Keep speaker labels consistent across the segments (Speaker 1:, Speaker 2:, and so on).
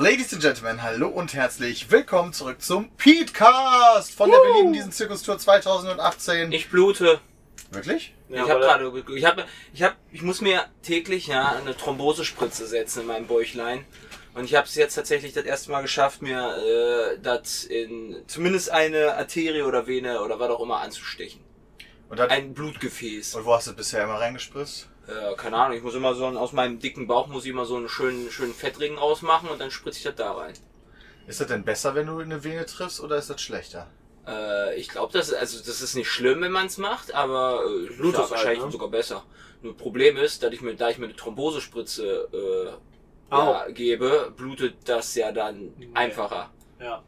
Speaker 1: Ladies and Gentlemen, hallo und herzlich willkommen zurück zum Petecast von der beliebten diesen Zirkustour 2018.
Speaker 2: Ich blute.
Speaker 1: Wirklich?
Speaker 2: ich habe gerade, ge- ich habe, ich habe, ich muss mir täglich ja eine Thrombosespritze setzen in meinem Bäuchlein. Und ich habe es jetzt tatsächlich das erste Mal geschafft, mir äh, das in zumindest eine Arterie oder Vene oder was auch immer anzustechen.
Speaker 1: Und, hat,
Speaker 2: Ein Blutgefäß.
Speaker 1: und wo hast du bisher immer reingespritzt?
Speaker 2: Äh, keine Ahnung, ich muss immer so einen, aus meinem dicken Bauch muss ich immer so einen schönen, schönen Fettring rausmachen und dann spritze ich das da rein.
Speaker 1: Ist das denn besser, wenn du eine Vene triffst oder ist das schlechter?
Speaker 2: Äh, ich glaube, das, also, das ist nicht schlimm, wenn man es macht, aber äh,
Speaker 3: Blut
Speaker 2: ja,
Speaker 3: ist halt,
Speaker 2: wahrscheinlich
Speaker 3: ne?
Speaker 2: sogar besser. Nur Problem ist, dass ich mir, da ich mir eine Thrombosespritze äh, ja, gebe, blutet das ja dann einfacher.
Speaker 3: Ja.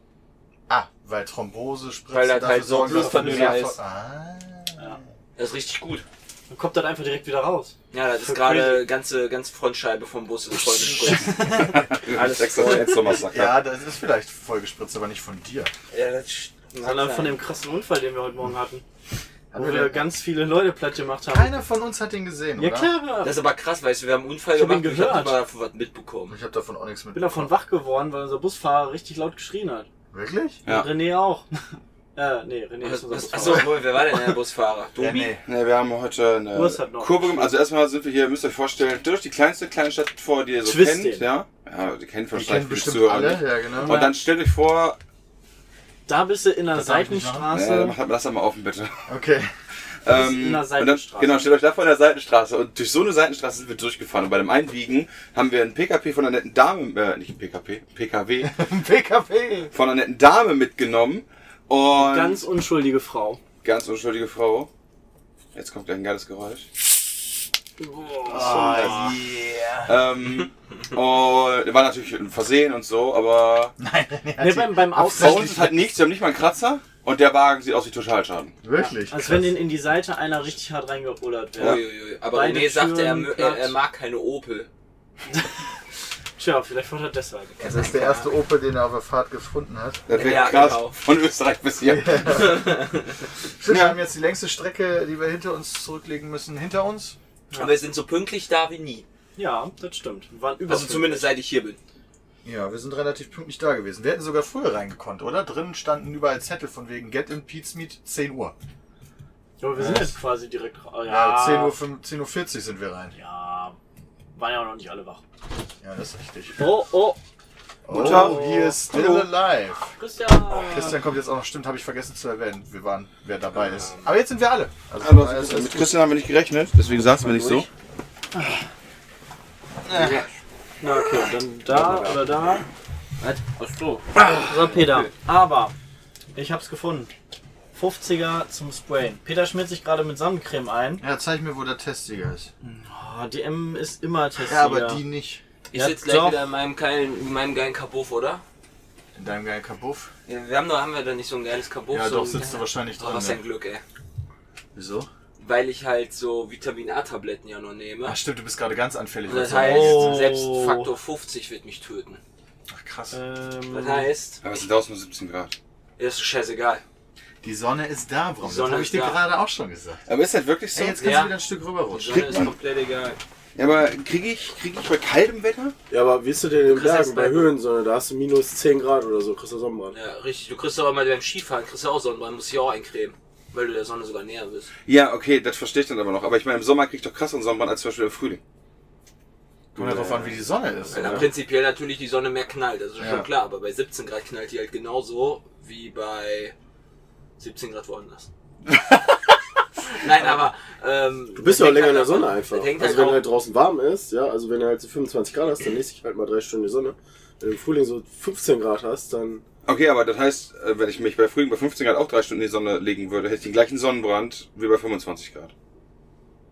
Speaker 1: Ah, weil Thrombose spritzt.
Speaker 2: Weil das halt so ein Blutverdünner ist.
Speaker 1: Ah.
Speaker 3: ja.
Speaker 2: Das ist richtig gut.
Speaker 3: Dann kommt das einfach direkt wieder raus.
Speaker 2: Ja, das
Speaker 3: Voll
Speaker 2: ist gerade
Speaker 3: crazy.
Speaker 2: ganze, ganze Frontscheibe vom Bus ist voll gespritzt. Alles
Speaker 4: Extra
Speaker 2: voll.
Speaker 4: extra Massaker.
Speaker 1: Ja, das ist vielleicht vollgespritzt, aber nicht von dir.
Speaker 2: Ja, das sch-
Speaker 3: Sondern
Speaker 2: mag
Speaker 3: von
Speaker 2: sein.
Speaker 3: dem krassen Unfall, den wir heute Morgen hatten.
Speaker 1: Hatten
Speaker 3: Wo
Speaker 1: wir
Speaker 3: wir
Speaker 1: den-
Speaker 3: ganz viele Leute platt gemacht haben.
Speaker 1: Keiner von uns hat den gesehen,
Speaker 3: ja
Speaker 1: oder?
Speaker 3: klar,
Speaker 2: Das
Speaker 3: ich
Speaker 2: ist aber krass, weißt du, wir haben einen Unfall
Speaker 3: Ich hab ihn
Speaker 2: gemacht und ich habe
Speaker 3: gehört.
Speaker 2: immer davon was mitbekommen.
Speaker 1: Ich habe davon auch nichts mit.
Speaker 3: bin davon wach geworden, weil unser Busfahrer richtig laut geschrien hat.
Speaker 1: Wirklich?
Speaker 4: Ja.
Speaker 3: Und René auch. äh, nee, René
Speaker 1: Also,
Speaker 3: ist unser
Speaker 2: Was-
Speaker 3: Busfahrer.
Speaker 2: Achso, wohl, wer war denn der Busfahrer? Tobi?
Speaker 4: Ne, wir haben heute eine
Speaker 3: Urs hat halt noch
Speaker 4: Kurve gemacht. Also erstmal sind wir hier, müsst ihr euch vorstellen, durch die kleinste kleine Stadt vor, die ihr so
Speaker 3: Twisting.
Speaker 4: kennt. Ja? ja,
Speaker 1: Die
Speaker 4: die kennt
Speaker 1: kennen
Speaker 4: wahrscheinlich viele
Speaker 1: bestimmt
Speaker 4: Zuhörer
Speaker 1: alle.
Speaker 4: nicht.
Speaker 1: Ja, genau.
Speaker 4: Und dann stellt euch vor,
Speaker 3: Da bist du in der
Speaker 1: Das darf ich nicht
Speaker 4: äh,
Speaker 3: Seitenstraße.
Speaker 4: macht das einmal offen bitte. Ähm,
Speaker 1: Okay.
Speaker 3: ist in der
Speaker 4: und
Speaker 3: Seitenstraße.
Speaker 4: Dann, genau, stellt euch da vor der Seitenstraße. Und durch so eine Seitenstraße sind wir durchgefahren. Und bei dem Einbiegen haben wir einen PKP von einer netten Dame, äh, nicht einen PKP, PKW,
Speaker 1: PKP.
Speaker 4: von einer netten Dame mitgenommen. Und
Speaker 3: Ganz unschuldige Frau.
Speaker 4: ganz unschuldige Frau. Jetzt kommt gleich ein geiles Geräusch.
Speaker 1: Ah, yeah.
Speaker 4: Ähm, und war natürlich ein Versehen und so, aber
Speaker 3: Nee, beim, beim
Speaker 4: bei
Speaker 3: Ausfahren.
Speaker 4: uns ist halt nichts, wir haben nicht mal einen Kratzer und der Wagen sieht aus wie Totalschaden.
Speaker 1: Wirklich?
Speaker 3: Als also wenn in, in die Seite einer richtig hart reingerollert
Speaker 1: Oh
Speaker 3: wäre.
Speaker 2: Uiuiui. Aber
Speaker 3: Beide
Speaker 2: René sagte, er,
Speaker 3: Türen
Speaker 2: mö-
Speaker 3: platt.
Speaker 2: er, er mag keine Opel.
Speaker 3: Tja, vielleicht war das deshalb.
Speaker 1: Das ist der erste Opel, den er auf der Fahrt gefunden hat.
Speaker 4: Das wäre
Speaker 2: Ja,
Speaker 4: krass.
Speaker 2: genau.
Speaker 4: Von Österreich bis hier.
Speaker 1: Stimmt,
Speaker 4: Ja.
Speaker 1: wir haben jetzt die längste Strecke, die wir hinter uns zurücklegen müssen, hinter uns.
Speaker 2: Aber wir sind so pünktlich da wie nie.
Speaker 3: Ja, das stimmt. Wir waren über
Speaker 2: Also zumindest seit ich hier bin.
Speaker 1: Ja, wir sind relativ pünktlich da gewesen. Wir hätten sogar früher reingekonnt, oder? Drinnen standen überall Zettel von wegen Get in Pete's Meet 10 Uhr.
Speaker 3: Aber wir sind jetzt quasi direkt. ra-
Speaker 1: Ja,
Speaker 3: Ja,
Speaker 1: 10 Uhr, 5, 10 Uhr 40 sind wir rein.
Speaker 3: Ja, waren ja auch noch nicht alle wach.
Speaker 1: Ja, das ist richtig.
Speaker 3: Oh, oh,
Speaker 1: Oh, he is still
Speaker 4: Hallo.
Speaker 1: alive.
Speaker 3: Christian.
Speaker 1: Christian kommt jetzt auch noch, stimmt, habe ich vergessen zu erwähnen, wir waren, wer dabei ist. Aber jetzt sind wir alle. Also, alles- alles
Speaker 4: mit
Speaker 1: gut.
Speaker 4: Christian haben wir nicht gerechnet, deswegen sagst du mir nicht so.
Speaker 3: Na okay, dann da oder da.
Speaker 2: Was? Achso.
Speaker 3: So, Peter. Aber ich hab's gefunden. 50er zum Sprayen. Peter schmiert sich gerade mit Sonnencreme ein.
Speaker 1: ja, zeig mir, wo der Testsieger ist.
Speaker 3: Oh, die M ist immer Testsieger.
Speaker 1: Ja, aber die nicht.
Speaker 2: Ich
Speaker 3: Ja,
Speaker 2: sitze gleich
Speaker 3: doch.
Speaker 2: wieder in meinem geilen, in meinem geilen Kabuff, oder?
Speaker 1: In deinem geilen Kabuff.
Speaker 2: Ja, Wir haben doch, haben wir da nicht so ein geiles Kabuff?
Speaker 1: Ja,
Speaker 2: so
Speaker 1: doch,
Speaker 2: ein-
Speaker 1: sitzt du wahrscheinlich
Speaker 2: Oh,
Speaker 1: drin.
Speaker 2: was ein
Speaker 1: Ne?
Speaker 2: Glück, ey.
Speaker 1: Wieso?
Speaker 2: Weil ich halt so Vitamin A-Tabletten ja noch nehme.
Speaker 1: Ach stimmt, du bist gerade ganz anfällig.
Speaker 2: Das
Speaker 1: Also,
Speaker 2: heißt,
Speaker 3: Oh.
Speaker 2: selbst Faktor 50 wird mich töten.
Speaker 1: Ach, krass.
Speaker 2: Das
Speaker 3: Ähm,
Speaker 2: heißt,
Speaker 4: Aber es sind draußen nur 17 Grad.
Speaker 2: ist doch scheißegal.
Speaker 1: Die Sonne ist da, Brom.
Speaker 2: Die
Speaker 1: Das
Speaker 2: Sonne
Speaker 1: habe ich
Speaker 2: ist
Speaker 1: dir
Speaker 2: da.
Speaker 1: gerade auch schon gesagt.
Speaker 4: Aber ist das wirklich so?
Speaker 1: Ey, jetzt kannst
Speaker 2: Ja.
Speaker 1: du wieder ein Stück
Speaker 2: Die
Speaker 1: rüberrutschen.
Speaker 2: Sonne ist komplett egal.
Speaker 4: Ja, aber kriege ich, krieg ich bei kaltem Wetter?
Speaker 5: Ja, aber wirst du denn in den
Speaker 2: kriegst
Speaker 5: Bergen
Speaker 2: erst
Speaker 5: bei
Speaker 2: mal-
Speaker 5: Höhensonne? Da hast du minus 10 Grad oder so, kriegst du Sonnenbrand.
Speaker 2: Ja, richtig. Du kriegst aber mal beim Skifahren, kriegst du auch Sonnenbrand, musst dich auch eincremen. Weil du der Sonne sogar näher bist.
Speaker 4: Ja, okay, das verstehe ich dann aber noch. Aber ich meine, im Sommer kriege ich doch krasseren Sonnenbrand als zum Beispiel im Frühling.
Speaker 1: Kommt ja drauf an, wie die Sonne ist.
Speaker 2: Weil dann
Speaker 1: oder?
Speaker 2: prinzipiell natürlich die Sonne mehr knallt, das ist
Speaker 1: Ja.
Speaker 2: schon klar, aber bei 17 Grad knallt die halt genauso wie bei 17 Grad woanders. Nein, aber. Ähm,
Speaker 5: Du bist ja auch länger in der Sonne einfach.
Speaker 2: Das hängt
Speaker 5: Also
Speaker 2: halt
Speaker 5: wenn
Speaker 2: auch,
Speaker 5: halt draußen warm ist, ja, also wenn du halt so 25 Grad hast, dann lässt sich halt mal drei Stunden die Sonne. Wenn du im Frühling so 15 Grad hast, dann
Speaker 4: Okay, aber das heißt, äh, wenn ich mich bei Frühling bei 15 Grad auch drei Stunden in die Sonne legen würde, hätte ich den gleichen Sonnenbrand wie bei 25 Grad.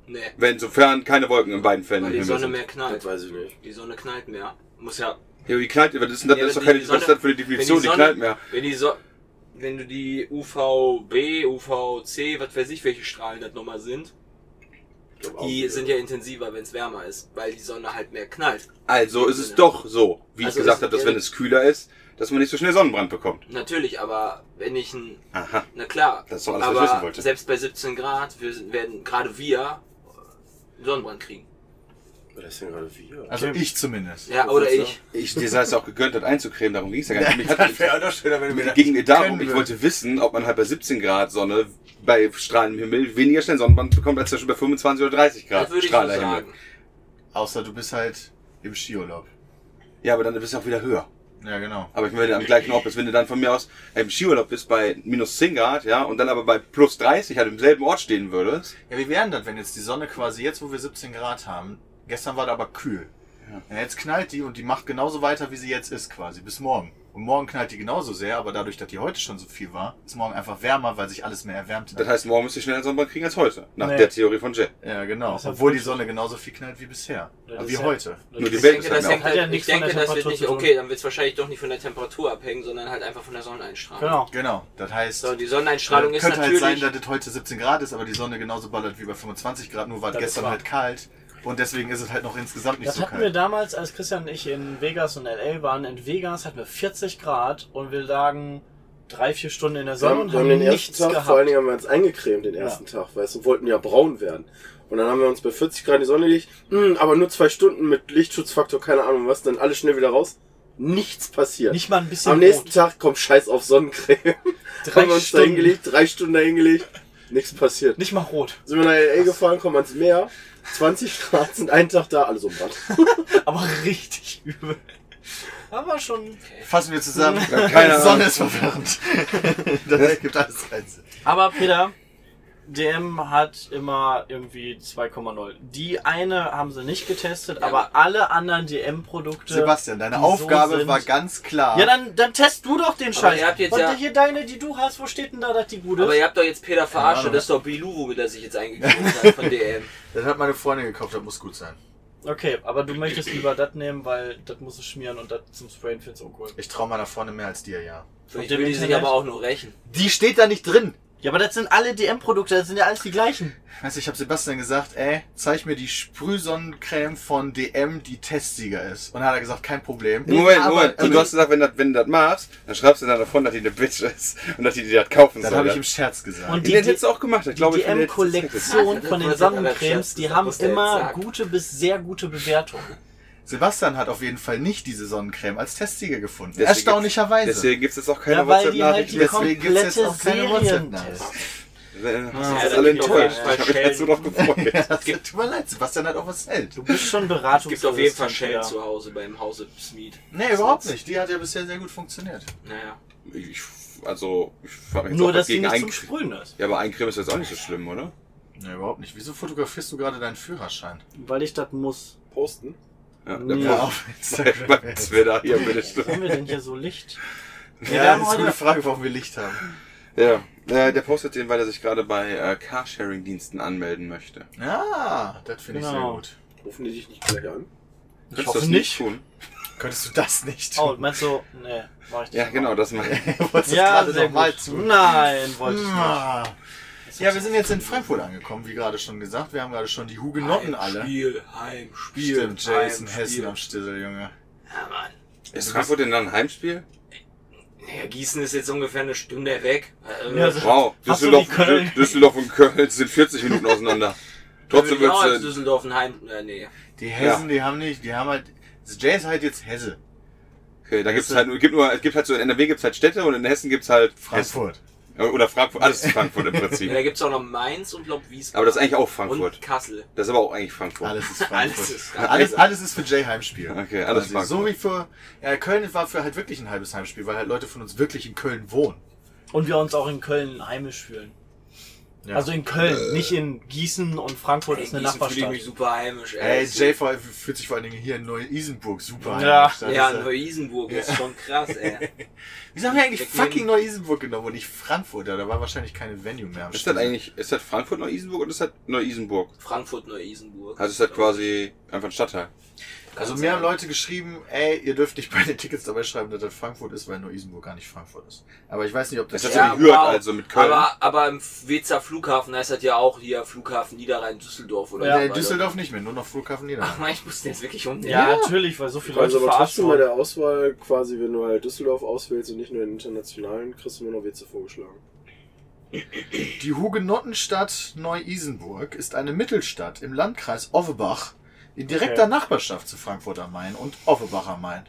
Speaker 2: nee,
Speaker 4: Wenn sofern keine Wolken in beiden Fällen
Speaker 2: weil
Speaker 4: im
Speaker 2: die
Speaker 4: Himmel
Speaker 2: Sonne
Speaker 4: sind.
Speaker 2: mehr knallt.
Speaker 5: das weiß ich nicht.
Speaker 2: Die Sonne knallt mehr. Muss ja.
Speaker 4: Ja, wie knallt, aber das ist, das
Speaker 2: Ja,
Speaker 4: ist doch
Speaker 2: wenn
Speaker 4: keine
Speaker 2: die Sonne-
Speaker 4: das ist dann für die
Speaker 2: wenn
Speaker 4: Definition, die,
Speaker 2: Sonne-
Speaker 4: knallt mehr.
Speaker 2: Wenn die so wenn du die UVB, UVC, was weiß ich, welche Strahlen das nochmal sind, die sind ja intensiver, wenn es wärmer ist, weil die Sonne halt mehr knallt.
Speaker 4: Also ist es doch so, wie
Speaker 2: Also
Speaker 4: ich gesagt
Speaker 2: ist-
Speaker 4: habe, dass wenn es kühler ist, dass man nicht so schnell Sonnenbrand bekommt.
Speaker 2: Natürlich, aber wenn ich ein
Speaker 4: Aha.
Speaker 2: Na klar.
Speaker 4: Das ist doch alles, was
Speaker 2: aber
Speaker 4: ich wissen wollte.
Speaker 2: selbst bei 17 Grad wir werden gerade wir äh, Sonnenbrand kriegen.
Speaker 5: Was ist denn gerade wir?
Speaker 1: Also ich zumindest.
Speaker 2: Ja, oder
Speaker 5: willst du
Speaker 2: ich.
Speaker 4: Ich dir sei es auch gegönnt, das einzucremen, darum ging es ja gar nicht. Mich hat
Speaker 1: Wäre auch noch schöner, wenn du mir das
Speaker 4: ging mir darum,
Speaker 1: können
Speaker 4: ich
Speaker 1: würdest.
Speaker 4: wollte wissen, ob man halt bei 17 Grad Sonne bei strahlendem Himmel weniger schnell Sonnenbrand bekommt, als zum Beispiel bei 25 oder 30 Grad
Speaker 2: Das würde ich so
Speaker 4: strahlender Himmel.
Speaker 2: sagen.
Speaker 1: Außer du bist halt im Skiurlaub.
Speaker 4: Ja, aber dann bist du auch wieder höher.
Speaker 1: Ja, genau.
Speaker 4: Aber ich meine, wenn du am gleichen Ort bist, wenn du dann von mir aus im Skiurlaub bist bei minus 10 Grad, ja, und dann aber bei plus 30 halt im selben Ort stehen würdest,
Speaker 1: Ja, wie wären das, wenn jetzt die Sonne quasi jetzt, wo wir 17 Grad haben, gestern war da aber kühl. Ja, jetzt knallt die und die macht genauso weiter, wie sie jetzt ist quasi, bis morgen. Und morgen knallt die genauso sehr, aber dadurch, dass die heute schon so viel war, ist morgen einfach wärmer, weil sich alles mehr erwärmt hat.
Speaker 4: das heißt, morgen müsst ihr schneller Sonnenbrand kriegen als heute. Nach
Speaker 3: Nee.
Speaker 4: der Theorie von Jay.
Speaker 1: ja, genau.
Speaker 3: Das hat
Speaker 1: Obwohl die
Speaker 3: Bullshit.
Speaker 1: Sonne genauso viel knallt wie bisher.
Speaker 3: Das
Speaker 1: Aber
Speaker 3: ist
Speaker 1: wie
Speaker 3: ja-
Speaker 1: heute.
Speaker 4: Nur die
Speaker 2: Ich
Speaker 4: Welt
Speaker 2: denke,
Speaker 4: ist
Speaker 2: das
Speaker 4: halt mehr
Speaker 2: hängt
Speaker 4: auf.
Speaker 3: Hat ja
Speaker 2: halt, ich
Speaker 3: nichts von der
Speaker 2: denke, das wird
Speaker 3: Temperatur
Speaker 2: nicht,
Speaker 3: zu tun.
Speaker 2: okay, dann wird es wahrscheinlich doch nicht von der Temperatur abhängen, sondern halt einfach von der Sonneneinstrahlung.
Speaker 3: Genau.
Speaker 1: Genau. Das heißt,
Speaker 2: So, die Sonneneinstrahlung ist
Speaker 1: könnte halt
Speaker 2: natürlich.
Speaker 1: sein, dass es heute 17 Grad ist, aber die Sonne genauso ballert wie bei 25 Grad, nur war es
Speaker 3: Das ist
Speaker 1: gestern
Speaker 3: wahr.
Speaker 1: halt kalt. Und deswegen ist es halt noch insgesamt nicht
Speaker 3: Das
Speaker 1: so
Speaker 3: hatten wir
Speaker 1: kalt.
Speaker 3: damals, als Christian und ich in Vegas und L.A. waren. In Vegas hatten wir 40 Grad und wir lagen drei, vier Stunden in der
Speaker 5: Wir
Speaker 3: Sonne
Speaker 5: haben,
Speaker 3: und
Speaker 5: wir
Speaker 3: haben
Speaker 5: haben den ersten
Speaker 3: nichts
Speaker 5: Tag,
Speaker 3: gehabt.
Speaker 5: vor allen Dingen haben wir uns eingecremt den ersten Tag, weißt du, und wollten ja braun werden. Und dann haben wir uns bei 40 Grad in die Sonne gelegt, hm, aber nur zwei Stunden mit Lichtschutzfaktor, keine Ahnung was, dann alle schnell wieder raus. Nichts passiert.
Speaker 3: Nicht mal ein bisschen
Speaker 5: Am nächsten
Speaker 3: rot.
Speaker 5: Tag kommt Scheiß auf Sonnencreme.
Speaker 3: Drei
Speaker 5: haben wir uns
Speaker 3: Stunden.
Speaker 5: da hingelegt, drei Stunden da hingelegt, nichts passiert.
Speaker 3: Nicht mal rot,
Speaker 5: Sind wir nach L.A. gefahren, kommen ans Meer, 20 Grad sind einen Tag da, alles umbrand.
Speaker 3: aber richtig übel. Aber schon.
Speaker 1: Fassen wir zusammen.
Speaker 4: keine
Speaker 1: Die
Speaker 4: Ahnung.
Speaker 1: Sonne ist verwirrend. das ergibt alles keinen Sinn.
Speaker 3: Aber Peter, DM hat immer irgendwie 2,0. Die eine haben sie nicht getestet, aber alle anderen DM-Produkte.
Speaker 1: Sebastian, deine
Speaker 3: die so
Speaker 1: Aufgabe
Speaker 3: sind-
Speaker 1: war ganz klar.
Speaker 3: Ja, dann, dann test du doch den Scheiß.
Speaker 2: ihr habt jetzt
Speaker 3: und
Speaker 2: ja-
Speaker 3: hier deine, die du hast, wo steht denn da, dass die gut ist?
Speaker 2: Aber ihr habt doch jetzt Peter verarscht, und das ist doch Bilou, womit er sich jetzt eingekriegt hat von DM.
Speaker 1: das hat meine Freundin gekauft, das muss gut sein.
Speaker 3: Okay, aber du möchtest lieber das nehmen, weil das musst du schmieren und das zum Sprayen findest du uncool.
Speaker 1: Ich traue meiner Freundin mehr als dir, ja.
Speaker 2: Ich will die sich aber auch nur rächen.
Speaker 1: Die steht da nicht drin.
Speaker 3: Ja, aber das sind alle DM-Produkte, das sind ja alles die gleichen.
Speaker 1: Weißt du, ich habe Sebastian gesagt, ey, zeig mir die Sprühsonnencreme von DM, die Testsieger ist. Und dann hat er gesagt, kein Problem.
Speaker 4: Moment,
Speaker 1: Aber-
Speaker 4: Moment.
Speaker 3: ähm,
Speaker 4: Und du hast gesagt, wenn, das, wenn du das machst, dann schreibst du dann davon, dass die eine Bitch ist und dass die dir das kaufen
Speaker 1: Das
Speaker 4: soll.
Speaker 1: habe ich im Scherz gesagt.
Speaker 3: Und
Speaker 4: die
Speaker 3: die,
Speaker 4: hättest
Speaker 3: die,
Speaker 4: du auch gemacht, ich glaube
Speaker 3: die
Speaker 4: ich. wenn du jetzt-
Speaker 3: DM-Kollektion
Speaker 2: Also, Das
Speaker 3: von
Speaker 2: wollte
Speaker 3: den
Speaker 2: ich aber
Speaker 3: Sonnencremes,
Speaker 2: scherzen,
Speaker 3: die
Speaker 2: das
Speaker 3: haben
Speaker 2: musst du jetzt
Speaker 3: immer
Speaker 2: sagen.
Speaker 3: gute bis sehr gute Bewertungen.
Speaker 1: Sebastian hat auf jeden Fall nicht diese Sonnencreme als Testsieger gefunden.
Speaker 4: Deswegen gibt's-
Speaker 1: Erstaunlicherweise.
Speaker 4: Deswegen gibt es jetzt auch keine
Speaker 3: Ja, weil die halt die
Speaker 4: WhatsApp-Nachrichten.
Speaker 1: Deswegen gibt's jetzt
Speaker 3: komplette
Speaker 1: auch keine
Speaker 3: Serien
Speaker 1: WhatsApp-Nachrichten.
Speaker 3: testen.
Speaker 4: Deswegen hast
Speaker 2: Ja,
Speaker 4: du jetzt
Speaker 2: das
Speaker 4: alle
Speaker 2: gibt auf jeden
Speaker 4: enttäuscht.
Speaker 2: Fall
Speaker 4: Ich habe mich jetzt so drauf gefreut.
Speaker 1: Das tut mir leid, Sebastian hat auch was hält.
Speaker 3: Du bist schon
Speaker 2: Es
Speaker 3: Beratung.
Speaker 2: gibt auf jeden Fall Schellen zu Hause beim Hause Smeed.
Speaker 1: Nee, überhaupt nicht. Die hat ja bisher sehr gut funktioniert.
Speaker 2: Naja.
Speaker 4: Ich, also, ich habe jetzt
Speaker 3: Nur,
Speaker 4: auch
Speaker 3: dass die
Speaker 4: dagegen
Speaker 3: nicht
Speaker 4: ein-
Speaker 3: zum Sprühen ist.
Speaker 4: Ja, aber eincremen ist jetzt auch nicht so schlimm, oder?
Speaker 1: Nee, überhaupt nicht. Wieso fotografierst du gerade deinen Führerschein?
Speaker 3: Weil ich das muss.
Speaker 5: Posten.
Speaker 4: Ja,
Speaker 3: Ja.
Speaker 1: auf
Speaker 4: Bei Twitter, hier bitte
Speaker 3: Haben wir denn hier so Licht?
Speaker 1: Ja,
Speaker 3: wir haben
Speaker 1: das ist eine
Speaker 3: heute-
Speaker 1: gute Frage, warum wir Licht haben.
Speaker 4: Ja, äh, der postet den, weil er sich gerade bei äh, Carsharing-Diensten anmelden möchte.
Speaker 1: Ja, das finde ich sehr
Speaker 3: Genau.
Speaker 1: gut.
Speaker 5: Rufen die dich nicht gleich
Speaker 4: Könntest
Speaker 5: an?
Speaker 4: du
Speaker 3: hoffe
Speaker 4: das
Speaker 3: nicht.
Speaker 4: nicht tun?
Speaker 1: Könntest du das nicht
Speaker 3: Oh,
Speaker 1: tun?
Speaker 3: meinst du, nee, mach ich das
Speaker 4: Ja,
Speaker 3: mal.
Speaker 4: genau, das meine ich.
Speaker 1: Du wolltest
Speaker 3: Ja,
Speaker 1: es
Speaker 3: sehr
Speaker 1: gerade
Speaker 3: gut.
Speaker 1: nochmal tun.
Speaker 3: Nein, wollte ich nicht.
Speaker 1: Ah. Ja, wir sind jetzt in Frankfurt angekommen, wie gerade schon gesagt. Wir haben gerade schon die Hugenotten alle.
Speaker 2: Spiel, Heimspiel.
Speaker 1: Stimmt, Jason
Speaker 2: Heimspiel.
Speaker 1: Hessen am Stissel, Junge.
Speaker 2: Ja, Mann.
Speaker 4: Ist Frankfurt denn dann ein Heimspiel?
Speaker 2: Naja, Gießen ist jetzt ungefähr eine Stunde weg. Äh,
Speaker 3: Ja, so-
Speaker 4: Wow,
Speaker 3: Hast du
Speaker 4: Düsseldorf,
Speaker 3: die Köln?
Speaker 4: Düsseldorf und Köln sind 40 Minuten auseinander. Trotzdem
Speaker 2: genau, als
Speaker 4: wird's. äh,
Speaker 2: Düsseldorf ein Heim. Äh, nee.
Speaker 1: Die Hessen, die haben nicht, die haben halt. Jay ist halt jetzt Hesse.
Speaker 4: Okay, da gibt's halt, nur- gibt nur, es gibt halt so in NRW gibt's halt Städte und in Hessen gibt's halt
Speaker 1: Frankfurt.
Speaker 4: Hessen. Oder Frankfurt, alles ist Frankfurt im
Speaker 2: Ja, da
Speaker 4: Prinzip.
Speaker 2: gibt's auch noch Mainz und glaub Wiesbaden.
Speaker 4: Aber das ist eigentlich auch Frankfurt.
Speaker 2: Und Kassel.
Speaker 4: Das ist aber auch eigentlich Frankfurt.
Speaker 1: Alles ist
Speaker 2: Alles
Speaker 1: Frankfurt.
Speaker 2: ist
Speaker 1: Alles, alles ist für Jay Heimspiel.
Speaker 4: Okay, alles
Speaker 1: Quasi. So
Speaker 4: Frankfurt.
Speaker 1: wie für äh, Köln war für halt wirklich ein halbes Heimspiel, weil halt Leute von uns wirklich in Köln wohnen.
Speaker 3: Und wir uns auch in Köln heimisch fühlen. Also in Köln, nicht in Gießen und Frankfurt ist eine
Speaker 2: Äh. Gießen fühle ich
Speaker 3: Nachbarstadt.
Speaker 2: mich super heimisch.
Speaker 1: Ey,
Speaker 2: Das ist-
Speaker 1: Jay vor- fühlt sich vor allen Dingen hier in Neu-Isenburg super
Speaker 3: Ja.
Speaker 1: heimisch. Das
Speaker 2: Ja,
Speaker 1: ist, äh,
Speaker 2: Neu-Isenburg ist schon krass, ey.
Speaker 1: Wieso haben wir eigentlich
Speaker 2: Wegnehmen.
Speaker 1: fucking Neu-Isenburg genommen und nicht Frankfurt? Ja, Da war wahrscheinlich keine Venue mehr am
Speaker 4: Ist das eigentlich, ist das Frankfurt Neu-Isenburg oder ist das Neu-Isenburg?
Speaker 2: Frankfurt, Neu-Isenburg.
Speaker 4: Also ist das quasi einfach ein Stadtteil.
Speaker 1: Also mir haben Leute geschrieben, ey, ihr dürft nicht bei den Tickets dabei schreiben, dass das Frankfurt ist, weil Neu-Isenburg gar nicht Frankfurt ist. Aber ich weiß nicht, ob das...
Speaker 4: Das ist
Speaker 2: Ja,
Speaker 4: natürlich Hürth,
Speaker 2: wow.
Speaker 4: also mit Köln.
Speaker 2: Aber, aber im Wezer Flughafen heißt das ja auch hier Flughafen Niederrhein-Düsseldorf oder
Speaker 1: ja,
Speaker 2: so.
Speaker 1: Äh, Düsseldorf nicht mehr, nur noch Flughafen
Speaker 2: Ach
Speaker 1: Niederlande.
Speaker 2: man, ich musste jetzt wirklich umnehmen.
Speaker 3: Ja, natürlich, weil so viele Leute
Speaker 5: Also aber
Speaker 3: verarscht
Speaker 5: trotzdem bei
Speaker 3: wurden.
Speaker 5: der Auswahl quasi, wenn du halt Düsseldorf auswählst und nicht nur den internationalen, kriegst du immer noch Witze vorgeschlagen.
Speaker 1: Die Hugenottenstadt Neu-Isenburg ist eine Mittelstadt im Landkreis Offenbach in direkter
Speaker 3: Okay.
Speaker 1: Nachbarschaft zu Frankfurt am Main und Offenbach am Main.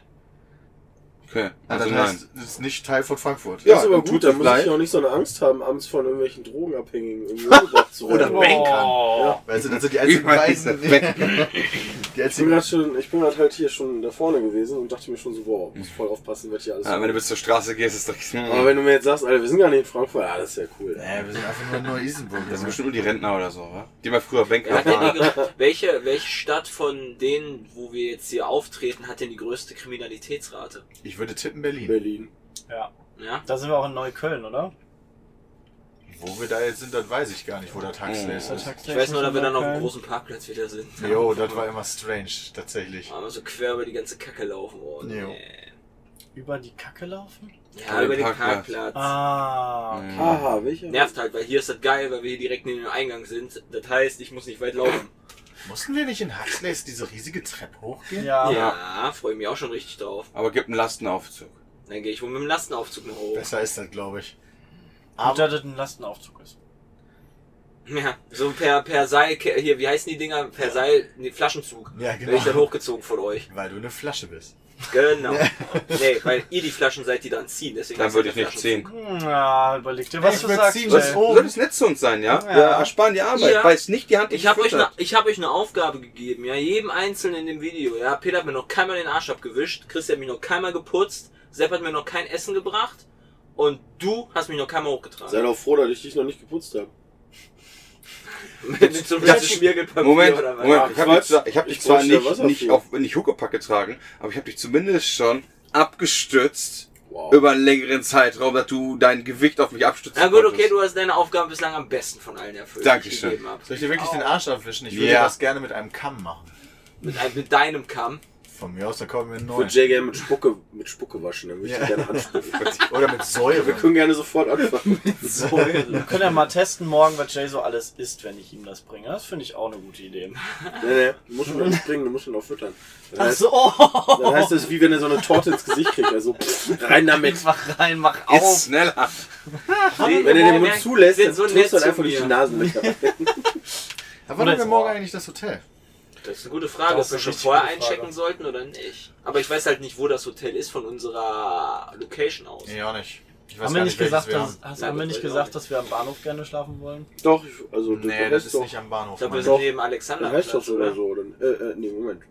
Speaker 4: Okay,
Speaker 1: Ja,
Speaker 4: also
Speaker 1: Ah, das
Speaker 4: nein.
Speaker 1: heißt, es ist nicht Teil von Frankfurt.
Speaker 4: Ja,
Speaker 5: das ist aber
Speaker 4: dann
Speaker 5: gut,
Speaker 4: tut
Speaker 5: da
Speaker 4: es
Speaker 5: muss
Speaker 4: leid.
Speaker 5: ich ja auch nicht so eine Angst haben, abends von irgendwelchen Drogenabhängigen irgendwie umgebracht zu werden.
Speaker 1: Oder-
Speaker 3: Oh.
Speaker 1: Weißt du, das sind die einzigen
Speaker 4: Überall ist
Speaker 1: beiden...
Speaker 4: das
Speaker 1: die
Speaker 5: Ich bin
Speaker 1: einzigen...
Speaker 5: grad schon, ich bin grad halt hier schon da vorne gewesen und dachte mir schon so, wow, muss voll aufpassen, wird hier alles.
Speaker 4: Ja, Ah, wenn du bis zur Straße gehst, ist das
Speaker 5: aber
Speaker 4: direkt.
Speaker 5: wenn du mir jetzt sagst, Alter, wir sind gar nicht in Frankfurt, ah, das ist ja cool.
Speaker 1: Nee, Äh, wir sind einfach nur in Neu-Isenburg. Also,
Speaker 4: Das sind bestimmt nur die Rentner oder so, wa? Die mal früher
Speaker 2: Wer
Speaker 4: Banker
Speaker 2: hat denn die,
Speaker 4: waren.
Speaker 2: grö- welche, welche Stadt von denen, wo wir jetzt hier auftreten, hat denn die größte Kriminalitätsrate?
Speaker 1: Ich würde tippen Berlin.
Speaker 5: Berlin.
Speaker 3: Ja.
Speaker 2: Ja?
Speaker 3: Da sind wir auch in Neukölln, oder?
Speaker 1: Wo wir da jetzt sind, das weiß ich gar nicht, wo der Taxi ist.
Speaker 2: Ich weiß nur, dass wir dann auf dem großen Parkplatz wieder sind.
Speaker 1: Jo, das war immer strange, tatsächlich.
Speaker 2: Einmal so quer über die ganze Kacke laufen worden.
Speaker 1: Jo.
Speaker 2: ey.
Speaker 3: Über die Kacke laufen?
Speaker 2: Ja, über den
Speaker 4: Parkplatz.
Speaker 2: Parkplatz.
Speaker 3: Ah.
Speaker 5: Mhm.
Speaker 4: Mhm.
Speaker 5: Aha, welcher?
Speaker 2: Nervt halt, weil hier ist das geil, weil wir hier direkt neben dem Eingang sind. Das heißt, ich muss nicht weit laufen.
Speaker 1: Mussten wir nicht in Huxleys diese riesige Treppe hochgehen?
Speaker 3: Ja.
Speaker 2: Ja, freue mich auch schon richtig drauf.
Speaker 4: Aber gibt einen Lastenaufzug.
Speaker 2: Dann gehe ich wohl mit dem Lastenaufzug nach oben.
Speaker 1: Besser ist das, glaube ich.
Speaker 3: Gut,
Speaker 1: Aber
Speaker 3: dass das ein Lastenaufzug ist.
Speaker 2: Ja, so per, per Seil, hier, wie heißen die Dinger? Per Seil, nee, Flaschenzug.
Speaker 1: Ja,
Speaker 2: Bin ich dann
Speaker 1: genau.
Speaker 2: hochgezogen von euch.
Speaker 1: Weil du eine Flasche bist.
Speaker 2: Genau. nee, weil ihr die Flaschen seid, die dann ziehen. Deswegen
Speaker 4: Dann
Speaker 2: heißt
Speaker 4: würde ich
Speaker 2: das
Speaker 4: nicht
Speaker 2: Flaschenzug.
Speaker 4: ziehen.
Speaker 3: Ja, überleg dir, was
Speaker 1: Ich
Speaker 3: du
Speaker 1: würd
Speaker 3: sagst.
Speaker 1: ziehen,
Speaker 3: Jay.
Speaker 1: was-
Speaker 4: Du solltest nett zu uns sein, ja?
Speaker 3: Ja.
Speaker 4: Wir ersparen die Arbeit,
Speaker 2: Ja.
Speaker 4: weil es nicht die Hand die
Speaker 2: Ich habe euch,
Speaker 4: gefüttert.
Speaker 2: ne, ich hab euch eine Aufgabe gegeben, ja, jedem Einzelnen in dem Video. Ja, Peter hat mir noch keinmal den Arsch abgewischt, Chris hat mich noch keinmal geputzt, Sepp hat mir noch kein Essen gebracht und du hast mich noch keinmal
Speaker 5: Sei
Speaker 2: hochgetragen.
Speaker 5: doch froh, dass ich dich noch nicht geputzt habe.
Speaker 2: Mit so einem
Speaker 4: Das-
Speaker 2: Schmiergelpapier
Speaker 4: Moment,
Speaker 2: oder was?
Speaker 4: Moment, ich habe dich, zwar- ich hab dich
Speaker 5: Ich
Speaker 4: zwar
Speaker 5: bräuchte
Speaker 4: nicht,
Speaker 5: Wasser
Speaker 4: nicht,
Speaker 5: für.
Speaker 4: auf, nicht Huckepack getragen, aber ich habe dich zumindest schon abgestützt
Speaker 5: Wow.
Speaker 4: über einen längeren Zeitraum, dass du dein Gewicht auf mich abstützen
Speaker 2: Na gut,
Speaker 4: konntest.
Speaker 2: okay, du hast deine Aufgabe bislang am besten von allen erfüllt. die ich
Speaker 4: Dankeschön.
Speaker 2: gegeben hab.
Speaker 1: Soll ich dir wirklich den Arsch abwischen? Ich würde
Speaker 4: Ja.
Speaker 1: das gerne mit einem Kamm machen.
Speaker 2: Mit, einem- mit deinem Kamm.
Speaker 1: Von mir aus, da kommen wir einen
Speaker 5: Ich würde
Speaker 1: neuen.
Speaker 5: Jay gerne mit Spucke, mit Spucke waschen, dann würde
Speaker 1: Ja.
Speaker 5: ich ihn gerne anspucken.
Speaker 1: Oder mit
Speaker 5: Wir
Speaker 1: Säure.
Speaker 5: können gerne sofort anfangen.
Speaker 3: Wir können ja mal testen morgen, was Jay so alles isst, wenn ich ihm das bringe. Das finde ich auch eine gute Idee.
Speaker 5: Nee, nee, du musst ihn auch springen, du musst ihn auch füttern. Dann heißt,
Speaker 3: so.
Speaker 5: dann heißt das, wie wenn er so eine Torte ins Gesicht kriegt. Also pff, rein damit.
Speaker 3: Mach rein, mach
Speaker 4: Ist
Speaker 3: auf.
Speaker 4: schneller.
Speaker 2: Nee,
Speaker 5: Wenn er den Mund
Speaker 2: merkt,
Speaker 5: zulässt,
Speaker 2: sind
Speaker 5: dann
Speaker 2: so
Speaker 5: tust du
Speaker 2: nett
Speaker 5: halt
Speaker 2: zu
Speaker 5: einfach durch die
Speaker 2: mir.
Speaker 5: Nasenlöcher.
Speaker 1: Da wann haben wir
Speaker 3: Oder-
Speaker 1: morgen eigentlich das Hotel?
Speaker 2: Das ist eine gute
Speaker 3: Das
Speaker 2: Frage, ob
Speaker 3: ist
Speaker 2: wir
Speaker 3: eine
Speaker 2: schon
Speaker 3: richtig
Speaker 2: vorher
Speaker 3: gute Frage.
Speaker 2: einchecken sollten oder nicht. Aber ich weiß halt nicht, wo das Hotel ist von unserer Location aus.
Speaker 1: Nee, auch nicht. Ich weiß
Speaker 3: Haben
Speaker 1: gar
Speaker 3: wir
Speaker 1: nicht,
Speaker 3: nicht gesagt,
Speaker 1: welches
Speaker 3: dass, hast,
Speaker 2: Ja,
Speaker 3: haben wir nicht
Speaker 2: das weiß ich auch
Speaker 3: gesagt
Speaker 2: nicht.
Speaker 3: dass wir am Bahnhof gerne schlafen wollen?
Speaker 5: Doch, ich, also
Speaker 1: wir haben. Nee, das ist nicht am
Speaker 2: Ich
Speaker 1: Bahnhof.
Speaker 2: glaube, wir
Speaker 1: Mann.
Speaker 2: sind
Speaker 5: Doch.
Speaker 2: neben
Speaker 5: am
Speaker 2: Alexanderplatz,
Speaker 5: Reichstadt
Speaker 2: oder?
Speaker 5: oder so. Oder, äh, äh, nee, Moment.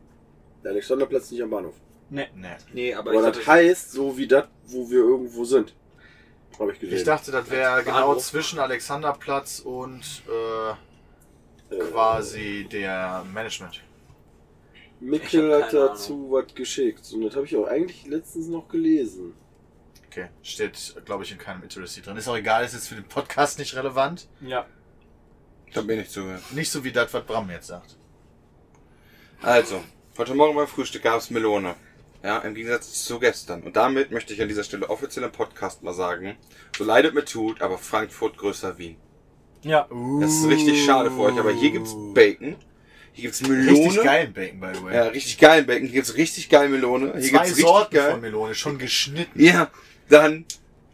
Speaker 5: Der Alexanderplatz nicht am Bahnhof.
Speaker 1: Nee.
Speaker 2: Nee, aber,
Speaker 5: Aber
Speaker 2: ich
Speaker 5: das
Speaker 2: glaub,
Speaker 5: heißt, so wie das, wo wir irgendwo sind. Habe ich gesehen.
Speaker 1: Ich dachte, das wäre genau
Speaker 2: Bahnhof.
Speaker 1: zwischen Alexanderplatz und äh,
Speaker 5: Äh,
Speaker 1: quasi der Management.
Speaker 5: Mikkel
Speaker 2: Ich hab
Speaker 5: hat
Speaker 2: keine
Speaker 5: dazu was geschickt. Und das habe ich auch eigentlich letztens noch gelesen.
Speaker 1: Okay. Steht, glaube ich, in keinem Literacy drin. Ist auch egal, ist jetzt für den Podcast nicht relevant.
Speaker 3: Ja.
Speaker 4: Ich habe mir nicht zugehört.
Speaker 1: Nicht so wie das, was Bram jetzt sagt.
Speaker 4: Also, heute Morgen beim Frühstück gab's Melone. Ja, im Gegensatz zu gestern. Und damit möchte ich an dieser Stelle offiziell im Podcast mal sagen, so leidet mir tut, aber Frankfurt größer Wien.
Speaker 3: Ja.
Speaker 4: Das ist richtig schade für euch, aber hier gibt's Bacon, hier gibt's Melone.
Speaker 1: Richtig geilen Bacon, by the way.
Speaker 4: Ja, richtig geilen Bacon. Hier gibt's richtig geile Melone. Hier
Speaker 1: Zwei
Speaker 4: gibt's richtig
Speaker 1: Sorten
Speaker 4: geil.
Speaker 1: von Melone, schon geschnitten.
Speaker 4: Ja, dann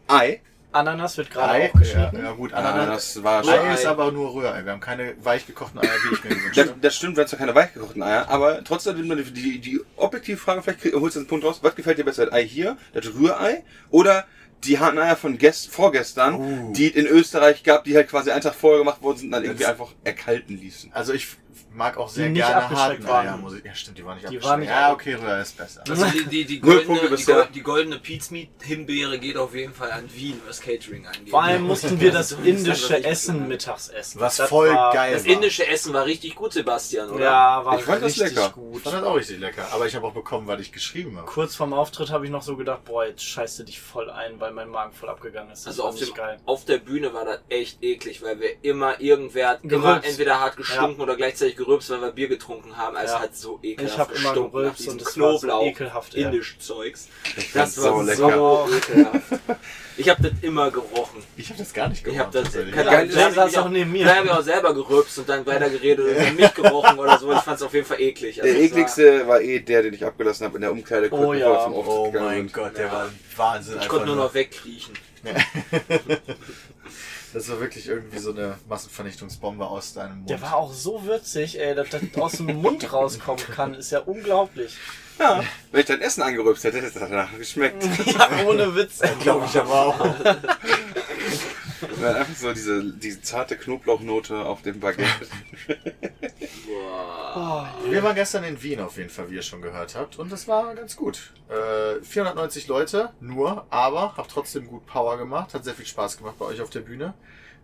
Speaker 4: Ei.
Speaker 3: Ananas wird gerade
Speaker 1: Ei,
Speaker 3: auch
Speaker 1: ja,
Speaker 3: geschnitten.
Speaker 1: ja gut,
Speaker 4: Ah,
Speaker 1: Ananas.
Speaker 4: das war schon.
Speaker 1: Ei ist aber nur Rührei. Wir haben keine weich gekochten Eier, wie ich mir gewünscht
Speaker 4: Das,
Speaker 1: habe.
Speaker 4: das stimmt, wir haben zwar keine weichgekochten Eier, aber trotzdem nur die, die, die objektive Frage, vielleicht krieg, holst du den Punkt raus, was gefällt dir besser, das Ei hier, das Rührei oder die Hanaya von gest vorgestern,
Speaker 3: Oh.
Speaker 4: die es in Österreich gab, die halt quasi einen Tag vorher gemacht worden sind und dann irgendwie
Speaker 1: Das-
Speaker 4: einfach erkalten ließen.
Speaker 1: Also ich mag auch sehr
Speaker 3: Die nicht
Speaker 1: gerne
Speaker 3: abgeschreckt
Speaker 1: Hartneier
Speaker 3: waren.
Speaker 1: Musik. Ja, stimmt, die waren nicht
Speaker 3: Die
Speaker 1: abgeschreckt.
Speaker 3: waren nicht
Speaker 1: ja,
Speaker 3: ab-
Speaker 1: okay, Röhr ist besser.
Speaker 2: Also die, die, die
Speaker 4: Null
Speaker 2: goldene,
Speaker 4: Punkte
Speaker 2: die,
Speaker 4: bisher.
Speaker 2: Gold- die goldene Pizmeat-Himbeere geht auf jeden Fall an Wien, was Catering angeht.
Speaker 3: Vor allem mussten wir das
Speaker 2: Also, das ist
Speaker 3: indische
Speaker 2: einfach
Speaker 3: Essen
Speaker 2: nicht-
Speaker 3: mittags essen.
Speaker 1: Was
Speaker 3: das
Speaker 1: voll
Speaker 3: war,
Speaker 1: geil
Speaker 2: Das
Speaker 1: war.
Speaker 2: indische Essen war richtig gut, Sebastian, oder?
Speaker 3: Ja, war
Speaker 4: Ich fand das
Speaker 3: richtig
Speaker 4: lecker.
Speaker 1: Ich
Speaker 3: gut.
Speaker 1: fand das auch richtig lecker. Aber ich habe auch bekommen, weil ich geschrieben habe.
Speaker 3: Kurz vorm Auftritt habe ich noch so gedacht, boah, jetzt scheißt du dich voll ein, weil mein Magen voll abgegangen ist. Das
Speaker 2: Also
Speaker 3: war
Speaker 2: auf,
Speaker 3: nicht
Speaker 2: dem,
Speaker 3: geil.
Speaker 2: auf der Bühne war das echt eklig, weil wir immer irgendwer hat immer
Speaker 3: Gerülpst.
Speaker 2: entweder hart gestunken
Speaker 3: Ja.
Speaker 2: oder gleichzeitig gerülpst, weil wir Bier getrunken haben. Also
Speaker 3: Ja.
Speaker 2: hat so
Speaker 3: Ich hab
Speaker 2: ekelhaft
Speaker 3: immer
Speaker 2: gestunken nach
Speaker 3: gerülpst
Speaker 2: diesem
Speaker 3: und es war so
Speaker 2: Knoblauch
Speaker 3: ekelhaft, ja.
Speaker 2: indisch Zeugs.
Speaker 4: fand's
Speaker 2: Das war
Speaker 4: saulecker.
Speaker 2: so ekelhaft. Ich habe das immer gerochen.
Speaker 1: Ich habe das gar nicht
Speaker 2: Ich
Speaker 1: gemacht.
Speaker 2: habe das
Speaker 1: tatsächlich.
Speaker 2: keine
Speaker 3: Geil,
Speaker 2: Ahnung,
Speaker 3: du
Speaker 2: vielleicht hab
Speaker 3: saßt
Speaker 2: ich
Speaker 3: auch neben mir.
Speaker 2: vielleicht hab ich auch selber gerülpst und dann weitergeredet und dann mich gerochen oder so. Ich fand's auf jeden Fall eklig. Also
Speaker 4: Der
Speaker 2: es war-
Speaker 4: ekligste war eh der, den ich abgelassen habe in der Umkleide, kurz
Speaker 3: Oh
Speaker 4: bevor wir
Speaker 3: ja.
Speaker 4: zum Auftritt
Speaker 1: Oh
Speaker 4: gegangen
Speaker 1: mein
Speaker 4: sind.
Speaker 1: Gott, der war Wahnsinn.
Speaker 2: Ich
Speaker 1: einfach
Speaker 2: konnte nur noch wegkriechen.
Speaker 1: Das war wirklich irgendwie so eine Massenvernichtungsbombe aus deinem Mund.
Speaker 3: Der war auch so würzig, ey, dass das aus dem Mund rauskommen kann, ist ja unglaublich.
Speaker 4: Ja. Wenn ich dein Essen angerübst hätte, hätte es danach geschmeckt.
Speaker 3: Ja, ohne Witz.
Speaker 1: glaube ich aber auch.
Speaker 4: Und dann einfach so diese, diese zarte Knoblauchnote auf dem Baguette.
Speaker 1: Wir waren gestern in Wien auf jeden Fall, wie ihr schon gehört habt. Und das war ganz gut. Äh, 490 Leute nur, aber hab trotzdem gut Power gemacht. Hat sehr viel Spaß gemacht bei euch auf der Bühne.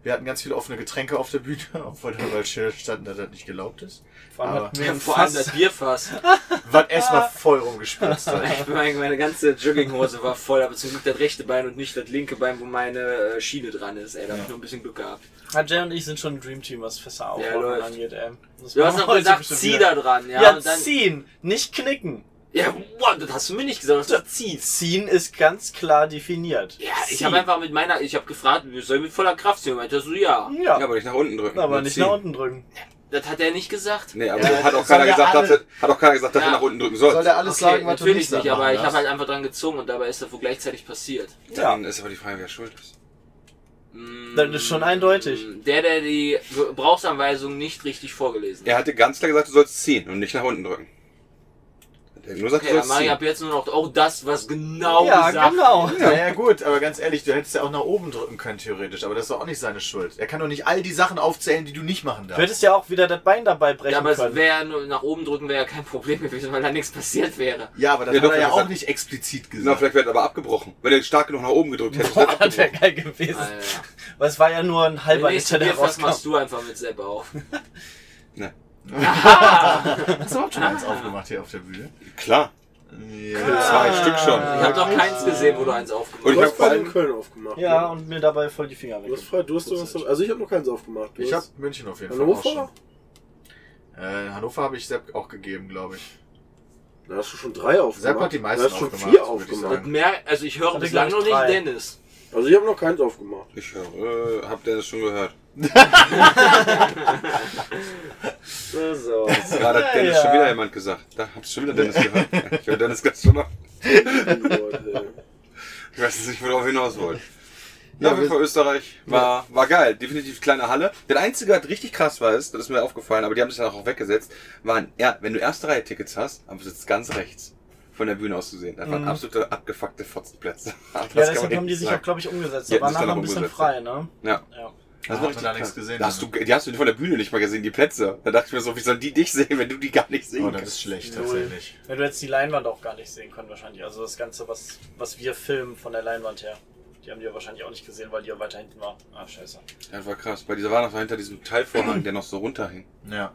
Speaker 1: Wir hatten ganz viele offene Getränke auf der Bühne, obwohl da überall Schilder standen, dass das nicht gelaubt ist.
Speaker 3: Vor allem hat mir ein
Speaker 2: Vor allem
Speaker 3: Fass,
Speaker 2: das Bierfass.
Speaker 1: Was erstmal voll rumgespritzt hat.
Speaker 2: Ich bin mein- meine ganze Jogginghose war voll, aber zum Glück das rechte Bein und nicht das linke Bein, wo meine äh, Schiene dran ist. Ey, da hab ich nur ein bisschen Glück gehabt.
Speaker 3: Ja, Jay und ich sind schon ein Dreamteam, was Fässer aufmachen
Speaker 2: läuft.
Speaker 3: angeht, ey. Das
Speaker 2: Du hast
Speaker 3: machen
Speaker 2: noch
Speaker 3: wir
Speaker 2: gesagt,
Speaker 3: heute
Speaker 2: zieh
Speaker 3: bestimmt
Speaker 2: da dran, ja?
Speaker 3: wieder. Ja,
Speaker 2: und dann,
Speaker 3: ziehen, nicht knicken.
Speaker 2: ja, wow, das hast du mir nicht gesagt, dass du ziehst.
Speaker 3: Ziehen ist ganz klar definiert.
Speaker 2: Ja, ich
Speaker 3: Ziehen.
Speaker 2: habe einfach mit meiner, ich habe gefragt, wir sollen mit voller Kraft ziehen. Und meinte so, ja.
Speaker 3: Ja,
Speaker 4: Ja, aber nicht nach unten drücken.
Speaker 3: aber
Speaker 4: Nur
Speaker 3: nicht
Speaker 4: ziehen.
Speaker 3: nach unten drücken.
Speaker 2: Das hat er nicht gesagt.
Speaker 4: Nee, aber
Speaker 1: Ja,
Speaker 4: hat, auch
Speaker 1: das haben
Speaker 4: keiner
Speaker 1: ja
Speaker 4: gesagt, dass,
Speaker 1: alle.
Speaker 4: er- hat auch keiner gesagt, dass
Speaker 2: Ja.
Speaker 4: er nach unten drücken soll.
Speaker 1: Soll der alles sagen, was du
Speaker 2: natürlich
Speaker 1: nicht,
Speaker 2: nicht, aber ich habe halt
Speaker 1: halt
Speaker 2: einfach dran gezogen und dabei ist das wohl gleichzeitig passiert.
Speaker 4: Dann ist aber die Frage, wer schuld ist.
Speaker 2: Mm,
Speaker 3: Dann ist schon eindeutig.
Speaker 2: Der, der die Gebrauchsanweisung nicht richtig vorgelesen
Speaker 4: Er
Speaker 2: hat.
Speaker 4: hatte ganz klar gesagt, du sollst ziehen und nicht nach unten drücken. Er hat nur gesagt,
Speaker 2: Okay,
Speaker 4: du
Speaker 2: dann
Speaker 4: sollst
Speaker 2: mache ich
Speaker 4: ziehen.
Speaker 2: ab jetzt nur noch auch das, was genau
Speaker 3: ja,
Speaker 2: gesagt
Speaker 3: genau.
Speaker 1: ja. Naja gut, aber ganz ehrlich, du hättest ja auch nach oben drücken können, theoretisch, aber das ist doch auch nicht seine Schuld. Er kann doch nicht all die Sachen aufzählen, die du nicht machen
Speaker 3: Du
Speaker 1: darfst.
Speaker 3: hättest ja auch wieder das Bein dabei brechen
Speaker 2: Ja, aber es
Speaker 3: können.
Speaker 2: wäre nur- nach oben drücken wäre ja kein Problem gewesen, weil da nichts passiert wäre.
Speaker 1: Ja, aber das
Speaker 4: Ja,
Speaker 1: hat
Speaker 4: doch,
Speaker 1: er ja
Speaker 4: das
Speaker 1: auch
Speaker 4: hat-
Speaker 1: nicht explizit
Speaker 4: Na,
Speaker 1: gesagt.
Speaker 4: vielleicht wäre er aber abgebrochen. Wenn er stark genug nach oben gedrückt hätte, wäre
Speaker 3: Boah,
Speaker 4: er
Speaker 3: das wäre
Speaker 4: abgebrochen.
Speaker 3: geil gewesen.
Speaker 2: Alter.
Speaker 3: Weil es war ja nur ein
Speaker 2: Der
Speaker 3: halber
Speaker 2: nächste
Speaker 3: Liter, der
Speaker 2: Bierfass
Speaker 3: rauskam.
Speaker 2: machst du einfach mit Sepp auf.
Speaker 4: Ne.
Speaker 1: Hast du überhaupt schon eins aufgemacht hier auf der Bühne?
Speaker 4: Klar. Zwei Stück schon.
Speaker 2: Ich habe noch keins gesehen, wo du eins aufgemacht hast.
Speaker 4: Und ich
Speaker 5: Du
Speaker 4: hab
Speaker 5: hast
Speaker 4: vor
Speaker 5: bei in
Speaker 4: allem,
Speaker 5: Köln aufgemacht.
Speaker 3: Ja,
Speaker 5: ne?
Speaker 3: und mir dabei voll die Finger
Speaker 5: Du
Speaker 3: weg.
Speaker 5: hast frei, du hast, du hast, also ich habe noch keins aufgemacht. Du
Speaker 1: Ich habe
Speaker 5: hast-
Speaker 1: München auf jeden Fall.
Speaker 5: Hannover?
Speaker 1: Auch schon. Äh, Hannover habe ich Sepp auch gegeben, glaube ich.
Speaker 5: Da hast du schon drei aufgemacht.
Speaker 1: Sepp hat die meisten
Speaker 5: da hast du schon
Speaker 1: aufgemacht,
Speaker 5: vier
Speaker 1: würde ich
Speaker 5: aufgemacht.
Speaker 1: sagen.
Speaker 2: Das Mehr, also ich höre
Speaker 3: Hatte
Speaker 2: bislang
Speaker 3: gleich
Speaker 2: noch nicht
Speaker 3: drei.
Speaker 2: Dennis.
Speaker 5: Also ich habe noch keins aufgemacht.
Speaker 4: ich höre, äh, habt ihr das schon gehört?
Speaker 2: So, so.
Speaker 4: Gerade hat Dennis
Speaker 3: ja.
Speaker 4: schon wieder jemand gesagt. Da habt ihr schon wieder Dennis gehört. Ich höre Dennis ganz schon noch.
Speaker 5: Leute, ey.
Speaker 4: Ich weiß jetzt nicht, worauf ich hinaus wollte. Ja, auf jeden
Speaker 1: wir-
Speaker 4: Fall Österreich war, war geil. Definitiv kleine Halle. Der einzige, was richtig krass war, ist, das ist mir aufgefallen, aber die haben sich danach auch weggesetzt, waren, ja, wenn du erste Reihe Tickets hast, aber du sitzt ganz rechts von der Bühne aus gesehen. Das waren absolute abgefuckte Fotzenplätze.
Speaker 3: Ja,
Speaker 4: Das kann man
Speaker 3: deshalb
Speaker 4: echt
Speaker 3: haben die sich
Speaker 4: sagen.
Speaker 3: auch, glaube ich, umgesetzt.
Speaker 4: Die
Speaker 3: Da
Speaker 4: hätten
Speaker 3: war
Speaker 4: sich dann
Speaker 3: nachher ein
Speaker 4: auch
Speaker 3: bisschen
Speaker 4: umgesetzt,
Speaker 3: frei, ne?
Speaker 4: Ja.
Speaker 3: Ja.
Speaker 1: hat
Speaker 4: Das war
Speaker 1: man
Speaker 4: richtig
Speaker 1: da nichts
Speaker 4: krass.
Speaker 1: gesehen,
Speaker 4: Da hast du,
Speaker 1: ne?
Speaker 4: die hast du von der Bühne nicht mal gesehen, die Plätze. Da dachte ich mir so, wie sollen die dich sehen, wenn du die gar nicht sehen
Speaker 1: Oh, das
Speaker 4: kannst?
Speaker 1: ist schlecht
Speaker 3: Null.
Speaker 1: tatsächlich.
Speaker 3: Ja, du hättest die Leinwand auch gar nicht sehen können, wahrscheinlich. Also das Ganze, was, was wir filmen von der Leinwand her. Die haben die ja wahrscheinlich auch nicht gesehen, weil die ja weiter hinten war. Ah, scheiße.
Speaker 4: Das war krass. Bei dieser war noch so hinter diesem Teilvorhang, der noch so runterhing.
Speaker 1: Ja.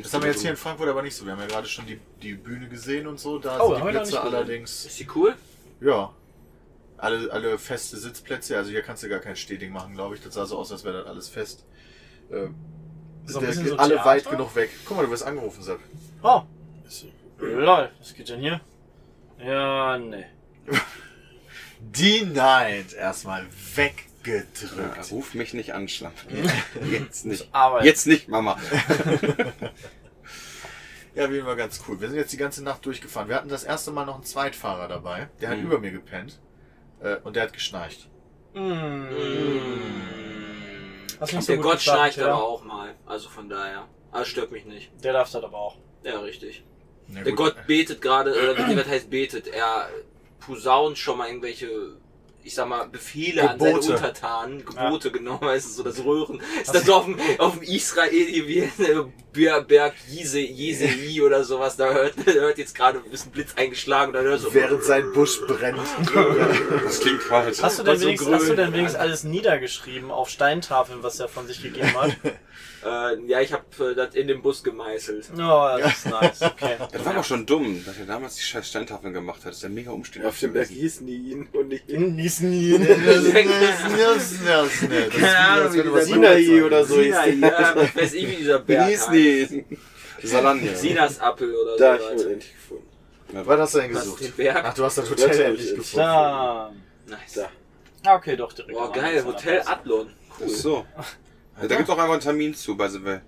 Speaker 1: Das haben wir jetzt hier in Frankfurt aber nicht so. Wir haben ja gerade schon die, die Bühne gesehen und so. Da
Speaker 3: Oh,
Speaker 1: sind
Speaker 3: haben wir noch
Speaker 1: die Plätze
Speaker 3: nicht gesehen.
Speaker 1: allerdings.
Speaker 2: Ist die cool?
Speaker 1: Ja. Alle, alle feste Sitzplätze. Also hier kannst du gar kein Stehding machen, glaube ich. Das sah so aus, als wäre das alles fest. Ähm,
Speaker 3: So ein
Speaker 1: der,
Speaker 3: bisschen so
Speaker 1: alle
Speaker 3: Theater?
Speaker 1: weit genug weg. Guck mal, du wirst angerufen, Sepp.
Speaker 3: Oh. Lol, was geht denn hier? Ja, ne.
Speaker 1: Die Night erstmal
Speaker 4: Ja,
Speaker 1: weggedrückt.
Speaker 4: ruf mich nicht an, Schlampe. Jetzt nicht.
Speaker 3: Arbeit.
Speaker 4: Jetzt nicht, Mama.
Speaker 1: Ja, wie immer ganz cool. Wir sind jetzt die ganze Nacht durchgefahren. Wir hatten das erste Mal noch einen Zweitfahrer dabei. Der hat über mir gepennt. Äh, und der hat geschnarcht.
Speaker 3: Mhm. hm, Hast nicht so
Speaker 2: Hm. Der
Speaker 3: gut
Speaker 2: Gott
Speaker 3: geschlafen,
Speaker 2: schnarcht
Speaker 3: Peter.
Speaker 2: aber auch mal. Also von daher. Ah, stört mich nicht.
Speaker 3: Der darf das aber auch.
Speaker 2: Ja, richtig.
Speaker 1: Na
Speaker 2: Der
Speaker 1: gut.
Speaker 2: Gott betet gerade, oder wie was heißt betet? Er posaunt schon mal irgendwelche ich sag mal, Befehle an
Speaker 1: Gebote.
Speaker 2: seine Untertanen, Gebote, genau, weißt du, so das Röhren, ist das so auf dem, auf dem Israel, wie Ber- Berg Jise, Jesei oder sowas, da hört, da hört jetzt gerade ein bisschen Blitz eingeschlagen und dann hört so,
Speaker 1: Während sein Busch brennt.
Speaker 4: Das klingt falsch.
Speaker 3: Hast du, denn
Speaker 2: so
Speaker 3: wenigstens,
Speaker 2: grün.
Speaker 3: hast du denn wenigstens alles niedergeschrieben auf Steintafeln, was er von sich gegeben hat?
Speaker 2: äh, ja, ich habe äh, das in den Bus gemeißelt.
Speaker 3: Oh, Ja, das ist nice, okay.
Speaker 4: Das war doch schon dumm, dass er damals die scheiß Steintafeln gemacht hat. Das ist ja mega umständlich.
Speaker 5: Auf dem Berg hießen die ihn und nicht
Speaker 2: Keine Ahnung, wie dieser
Speaker 5: Sinai oder so hieß
Speaker 2: Sinai,
Speaker 5: die.
Speaker 2: ja, was weiß ich, wie dieser Berg heißt.
Speaker 4: Salania.
Speaker 2: Sinas Apple oder
Speaker 5: Da hab
Speaker 2: so.
Speaker 5: ich
Speaker 2: was.
Speaker 5: ihn endlich gefunden.
Speaker 1: Was hast du denn
Speaker 2: Was ist den
Speaker 1: gesucht?
Speaker 2: Berg?
Speaker 1: Ach, du hast das
Speaker 5: Das
Speaker 1: Hotel
Speaker 5: hab
Speaker 1: endlich
Speaker 5: ich
Speaker 1: gefunden.
Speaker 3: Da.
Speaker 2: Nice.
Speaker 5: Da.
Speaker 3: Ah, okay, doch, direkt.
Speaker 2: Boah,
Speaker 3: am
Speaker 2: geil,
Speaker 3: Anfang.
Speaker 2: Hotel Adlon.
Speaker 4: Ach so. Ja, da gibt's auch einfach einen Termin zu bei Sylvester.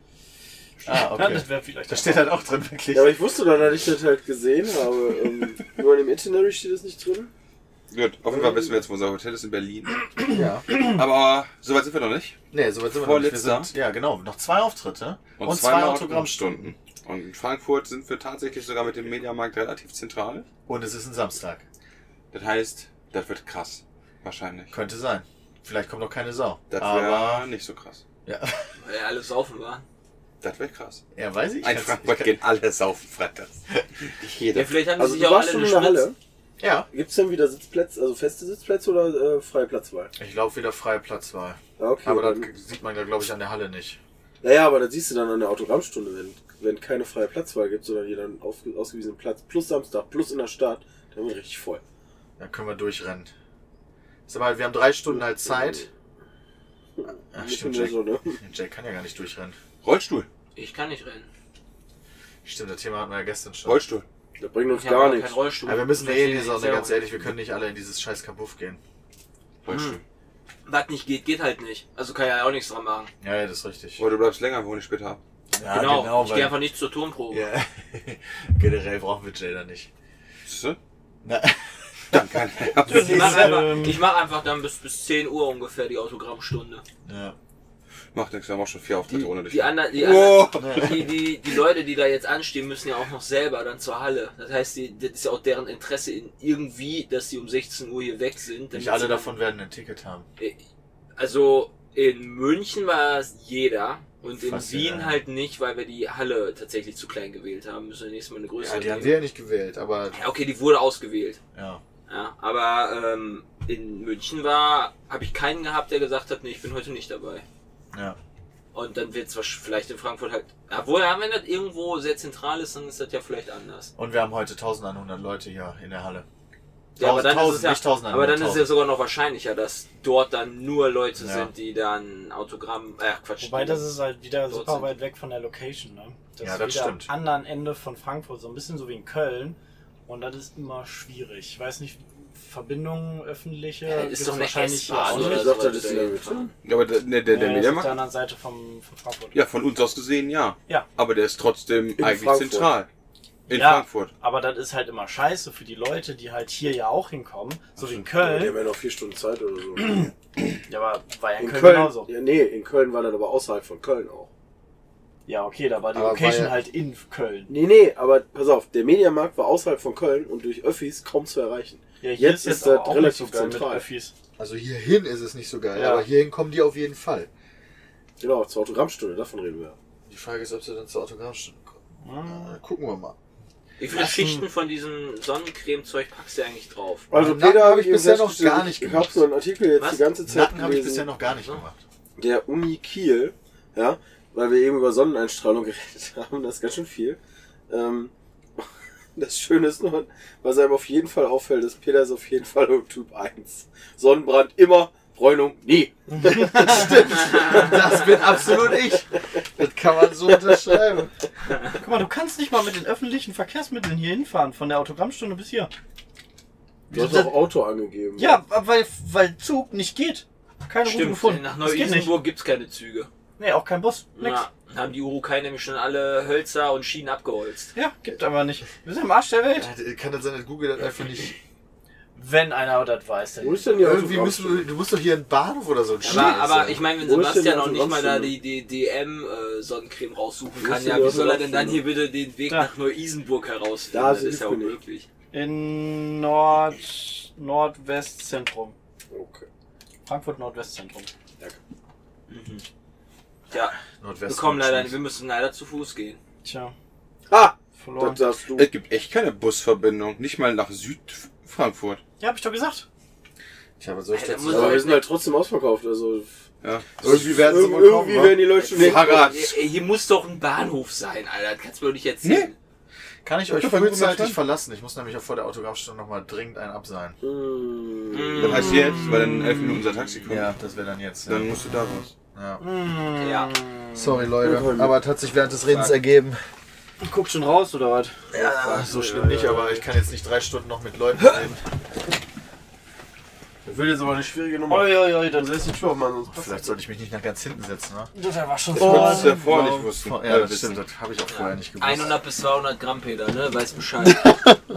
Speaker 1: Ah,
Speaker 3: Ja,
Speaker 1: okay.
Speaker 3: das wäre vielleicht
Speaker 1: Da steht halt auch drin, wirklich.
Speaker 5: Ja, aber ich wusste doch, dass ich das halt gesehen habe. Ähm, nur in dem Itinerary steht das nicht drin.
Speaker 4: Gut, auf jeden Fall wissen wir jetzt, wo unser Hotel ist in Berlin.
Speaker 1: Ja.
Speaker 4: Aber so weit sind wir noch nicht.
Speaker 1: Nee, soweit sind wir noch nicht. Wir
Speaker 4: Vorletzter.
Speaker 1: sind, ja, genau. Noch zwei Auftritte und, zwei
Speaker 4: zweimal
Speaker 1: Autogrammstunden.
Speaker 4: Und in Frankfurt sind wir tatsächlich sogar mit dem Mediamarkt relativ zentral.
Speaker 1: Und es ist ein Samstag.
Speaker 4: Das heißt, das wird krass. Wahrscheinlich.
Speaker 1: Könnte sein. Vielleicht kommt noch keine Sau.
Speaker 4: Das
Speaker 1: Aber
Speaker 4: wäre nicht so krass.
Speaker 1: ja,
Speaker 2: Weil er alles saufen war.
Speaker 4: Das wäre krass.
Speaker 1: ja, weiß ich.
Speaker 4: In
Speaker 1: jetzt.
Speaker 4: Frankfurt
Speaker 1: Ich
Speaker 4: gehen alle saufen freitags.
Speaker 2: Ja,
Speaker 4: Jeder.
Speaker 2: vielleicht haben
Speaker 5: Also
Speaker 2: sie
Speaker 5: du
Speaker 2: sich auch
Speaker 5: warst
Speaker 2: alle
Speaker 5: schon
Speaker 2: eine
Speaker 5: in der
Speaker 1: kann-
Speaker 5: Halle.
Speaker 1: Ja,
Speaker 5: Gibt's denn wieder Sitzplätze, also feste Sitzplätze oder äh, freie Platzwahl?
Speaker 1: ich glaube wieder freie Platzwahl.
Speaker 5: Ja, okay.
Speaker 1: Aber das
Speaker 5: dann-
Speaker 1: sieht man ja, glaube ich, an der Halle nicht.
Speaker 5: Naja, aber das siehst du dann an der Autogrammstunde, wenn, wenn keine freie Platzwahl gibt, sondern jeder einen auf, ausgewiesenen Platz plus Samstag, plus in der Stadt, dann wird richtig voll.
Speaker 1: Da können wir durchrennen. Ist aber, wir haben drei Stunden halt Zeit. Ach,
Speaker 5: Nicht
Speaker 1: Ah, stimmt,
Speaker 5: nur
Speaker 1: Jack.
Speaker 5: so, ne?
Speaker 1: Jack kann ja gar nicht durchrennen.
Speaker 4: Rollstuhl.
Speaker 2: Ich kann nicht rennen.
Speaker 1: Stimmt, das Thema hatten wir ja gestern schon.
Speaker 4: Rollstuhl.
Speaker 5: Das bringt uns
Speaker 2: Ich habe
Speaker 5: gar
Speaker 2: auch keinen
Speaker 5: nichts.
Speaker 2: Rollstuhl.
Speaker 1: Aber wir müssen ja eh in die
Speaker 2: Verstehe ich
Speaker 1: Sonne,
Speaker 2: selber.
Speaker 1: ganz ehrlich, wir können nicht alle in dieses scheiß Kabuff gehen.
Speaker 4: Rollstuhl.
Speaker 2: Was nicht geht, geht halt nicht. Also kann ja auch nichts dran machen.
Speaker 1: Ja, ja, das ist richtig.
Speaker 4: Oder du bleibst länger, wir holen dich später ab.
Speaker 1: Ja,
Speaker 2: genau. ich gehe
Speaker 1: weil,
Speaker 2: einfach nicht zur Turnprobe.
Speaker 1: ja, generell brauchen wir Jay da nicht.
Speaker 4: Siehst du?
Speaker 1: Na,
Speaker 4: Danke.
Speaker 2: Ich mache
Speaker 1: Ähm.
Speaker 2: einfach, ich mach einfach dann bis, bis 10 Uhr ungefähr die Autogrammstunde.
Speaker 1: ja.
Speaker 4: Macht nichts, wir haben auch schon vier Auftritte
Speaker 2: Die,
Speaker 4: ohne dich.
Speaker 2: die, anderen, die,
Speaker 4: Oh.
Speaker 2: anderen, die, die, die Leute, die da jetzt anstehen, müssen ja auch noch selber dann zur Halle. Das heißt, die, das ist ja auch deren Interesse in irgendwie, dass sie um 16 Uhr hier weg sind. damit
Speaker 1: Nicht alle
Speaker 2: sie-
Speaker 1: davon werden ein Ticket haben.
Speaker 2: Äh, Also in München war es jeder und in
Speaker 1: Fast
Speaker 2: Wien
Speaker 1: jeder.
Speaker 2: halt nicht, weil wir die Halle tatsächlich zu klein gewählt haben. Müssen wir nächstes Mal eine größere
Speaker 1: Ja, die
Speaker 5: halt.
Speaker 1: haben
Speaker 2: nehmen.
Speaker 1: sie ja nicht gewählt, aber
Speaker 2: Ja, okay, die wurde ausgewählt.
Speaker 1: ja.
Speaker 2: Ja, aber ähm, in München war, habe ich keinen gehabt, der gesagt hat, nee, ich bin heute nicht dabei.
Speaker 1: Ja.
Speaker 2: Und dann wird es vielleicht in Frankfurt halt, obwohl, ja, wenn das irgendwo sehr zentral ist, dann ist das ja vielleicht anders.
Speaker 1: Und wir haben heute 1100 Leute hier in der Halle.
Speaker 2: Ja, aber dann,
Speaker 1: 1000,
Speaker 2: ist es
Speaker 1: nicht
Speaker 2: ja,
Speaker 1: 1100,
Speaker 2: aber dann ist es ja
Speaker 1: 1000.
Speaker 2: sogar noch wahrscheinlicher, dass dort dann nur Leute
Speaker 1: Ja.
Speaker 2: sind, die dann Autogramm, äh, Quatsch.
Speaker 3: Wobei das ist halt wieder
Speaker 2: Dort
Speaker 3: super
Speaker 2: sind-
Speaker 3: weit weg von der Location, ne? Das
Speaker 1: Ja,
Speaker 3: ist
Speaker 1: das
Speaker 3: wieder
Speaker 1: stimmt.
Speaker 3: am anderen Ende von Frankfurt, so ein bisschen so wie in Köln. Und das ist immer schwierig. Ich weiß nicht, Verbindungen öffentliche
Speaker 2: Äh,
Speaker 3: gibt's
Speaker 2: ist doch eine also
Speaker 3: wahrscheinlich hier
Speaker 2: S-Bahn
Speaker 3: auch
Speaker 5: Ich
Speaker 2: oder
Speaker 3: nicht.
Speaker 5: dachte,
Speaker 2: so,
Speaker 5: das
Speaker 2: was
Speaker 5: ist
Speaker 2: da
Speaker 5: in ne? der
Speaker 2: hinfahren.
Speaker 5: Mitte.
Speaker 4: Ja, aber der, der, der,
Speaker 3: Nee, das ist
Speaker 4: der
Speaker 3: auf der
Speaker 4: Mediamarkt?
Speaker 3: anderen Seite vom, von Frankfurt.
Speaker 4: Ja, von uns aus gesehen ja.
Speaker 3: Ja.
Speaker 4: Aber der ist trotzdem
Speaker 5: In
Speaker 4: eigentlich
Speaker 5: Frankfurt.
Speaker 4: zentral. In
Speaker 3: Ja,
Speaker 4: Frankfurt.
Speaker 3: Aber das ist halt immer scheiße für die Leute, die halt hier ja auch hinkommen. So wie in
Speaker 5: Ja, die
Speaker 3: Köln.
Speaker 5: haben ja noch vier Stunden Zeit oder so.
Speaker 3: Ja, aber war ja in,
Speaker 5: In
Speaker 3: Köln,
Speaker 5: Köln,
Speaker 3: genauso.
Speaker 5: ja, nee, in Köln war das aber außerhalb von Köln auch.
Speaker 3: Ja, okay, da war die
Speaker 1: Aber war
Speaker 3: Location
Speaker 1: ja-
Speaker 3: halt in Köln.
Speaker 5: Nee, nee, aber pass auf, der Mediamarkt war außerhalb von Köln und durch Öffis kaum zu erreichen.
Speaker 3: Ja,
Speaker 5: jetzt ist das
Speaker 3: auch
Speaker 5: relativ
Speaker 3: nicht so geil mit
Speaker 5: zentral.
Speaker 3: Öffis.
Speaker 1: Also hierhin ist es nicht so geil,
Speaker 3: Ja.
Speaker 1: aber hierhin kommen die auf jeden Fall.
Speaker 5: Genau, zur Autogrammstunde, davon reden wir.
Speaker 1: Die Frage ist, ob sie dann zur Autogrammstunde kommen. Na, Ah, gucken wir mal.
Speaker 2: Wie viele Schichten von diesem Sonnencreme-Zeug packst du eigentlich drauf?
Speaker 5: Also
Speaker 1: Nacken
Speaker 5: Peter
Speaker 1: hab
Speaker 5: habe
Speaker 1: ich
Speaker 5: ich
Speaker 1: bisher
Speaker 5: gesagt,
Speaker 1: noch gar nicht
Speaker 5: Ich habe
Speaker 1: gemacht.
Speaker 5: so einen Artikel jetzt
Speaker 2: Was?
Speaker 5: die ganze Zeit
Speaker 1: Nacken habe ich bisher noch gar nicht
Speaker 2: so.
Speaker 1: gemacht.
Speaker 5: der Uni Kiel, ja, weil wir eben über Sonneneinstrahlung geredet haben, das ist ganz schön viel. Ähm, das Schöne ist nur, was einem auf jeden Fall auffällt, ist, Peter ist auf jeden Fall Typ 1. Sonnenbrand immer, Bräunung nie.
Speaker 1: Das bin absolut ich. Das kann man so unterschreiben.
Speaker 3: Guck mal, du kannst nicht mal mit den öffentlichen Verkehrsmitteln hier hinfahren, von der Autogrammstunde bis hier.
Speaker 5: Du hast auch Auto angegeben.
Speaker 3: Ja, weil, weil Zug nicht geht. Keine Route
Speaker 2: Stimmt,
Speaker 3: gefunden.
Speaker 2: nach
Speaker 3: Das geht nicht.
Speaker 2: Neu-Isenburg gibt's keine Züge.
Speaker 3: Nee, auch kein Bus. Nix.
Speaker 2: Ja, dann haben die Urukai nämlich schon alle Hölzer und Schienen abgeholzt.
Speaker 3: Ja, gibt aber nicht. Wir sind im Arsch der Welt.
Speaker 1: Kann das sein, dass Google das einfach nicht.
Speaker 3: Wenn einer das weiß,
Speaker 5: Wo
Speaker 3: dann.
Speaker 5: ist denn die
Speaker 1: Irgendwie
Speaker 5: Autogrammstunde?
Speaker 1: müssen wir, du musst doch hier einen Bahnhof oder so ein Schild
Speaker 2: Aber, aber
Speaker 1: sein.
Speaker 2: ich meine, wenn
Speaker 5: Wo ist denn
Speaker 2: Sebastian
Speaker 5: der
Speaker 2: auch nicht mal da
Speaker 5: Autogrammstunde?
Speaker 2: die, die DM-Sonnencreme raussuchen
Speaker 5: Wo
Speaker 2: kann,
Speaker 5: ist denn
Speaker 2: ja,
Speaker 5: die
Speaker 2: wie soll er denn dann
Speaker 5: Autogrammstunde?
Speaker 2: hier bitte den Weg
Speaker 3: Da.
Speaker 2: nach Neu-Isenburg herausfinden?
Speaker 5: Da
Speaker 2: das
Speaker 5: sind
Speaker 2: ist
Speaker 5: die
Speaker 2: ja
Speaker 5: König.
Speaker 2: unmöglich.
Speaker 3: In Nord. Nordwestzentrum.
Speaker 5: Okay.
Speaker 3: Frankfurt Nordwestzentrum.
Speaker 2: Ja, wir kommen leider, wir müssen leider zu Fuß gehen.
Speaker 3: Tja,
Speaker 4: Ah,
Speaker 3: verloren.
Speaker 5: Das sagst du.
Speaker 4: es gibt echt keine Busverbindung. Nicht mal nach Südfrankfurt.
Speaker 3: Ja, hab ich doch gesagt.
Speaker 1: Tja, aber soll ich
Speaker 2: Alter,
Speaker 1: dazu
Speaker 2: muss-
Speaker 1: sagen?
Speaker 5: Aber wir sind halt trotzdem ausverkauft. Also
Speaker 4: Ja.
Speaker 1: Irgendwie werden sie
Speaker 5: Irg-
Speaker 1: wohl kommen,
Speaker 5: irgendwie werden
Speaker 1: wa?
Speaker 5: die Leute schon denken,
Speaker 4: Fahrrad.
Speaker 2: Hier, hier muss doch ein Bahnhof sein, Alter. Das kannst du mir doch nicht erzählen.
Speaker 1: Kann ich euch
Speaker 4: Ja, bei Google
Speaker 1: frühzeitig
Speaker 4: Maps.
Speaker 1: verlassen? Ich muss nämlich auch vor der Autographstunde nochmal dringend einen abseilen.
Speaker 4: Das heißt jetzt, weil dann elf Minuten unser Taxi kommt.
Speaker 1: Ja, das wäre dann jetzt. Ja.
Speaker 4: Dann musst du da raus.
Speaker 1: Ja.
Speaker 2: Ja.
Speaker 5: Mhm.
Speaker 1: Sorry, Leute, aber es hat sich während des Redens ergeben.
Speaker 3: Guckt schon raus, oder was?
Speaker 1: Ach, Ah, so schlimm nicht, aber ich kann jetzt nicht drei Stunden noch mit Leuten reden.
Speaker 5: Ich will jetzt aber eine schwierige Nummer.
Speaker 3: Uiuiui, das
Speaker 5: Setz den Tür auf, Mann, sonst passt
Speaker 1: Vielleicht sollte ich mich nicht nach ganz hinten setzen, ne?
Speaker 3: Das war schon
Speaker 4: Oh,
Speaker 3: so.
Speaker 4: das davor nicht wussten.
Speaker 1: Ja, das stimmt, das habe ich auch vorher nicht gewusst.
Speaker 2: 100 bis 200 Gramm, Peter, ne? Weiß Bescheid.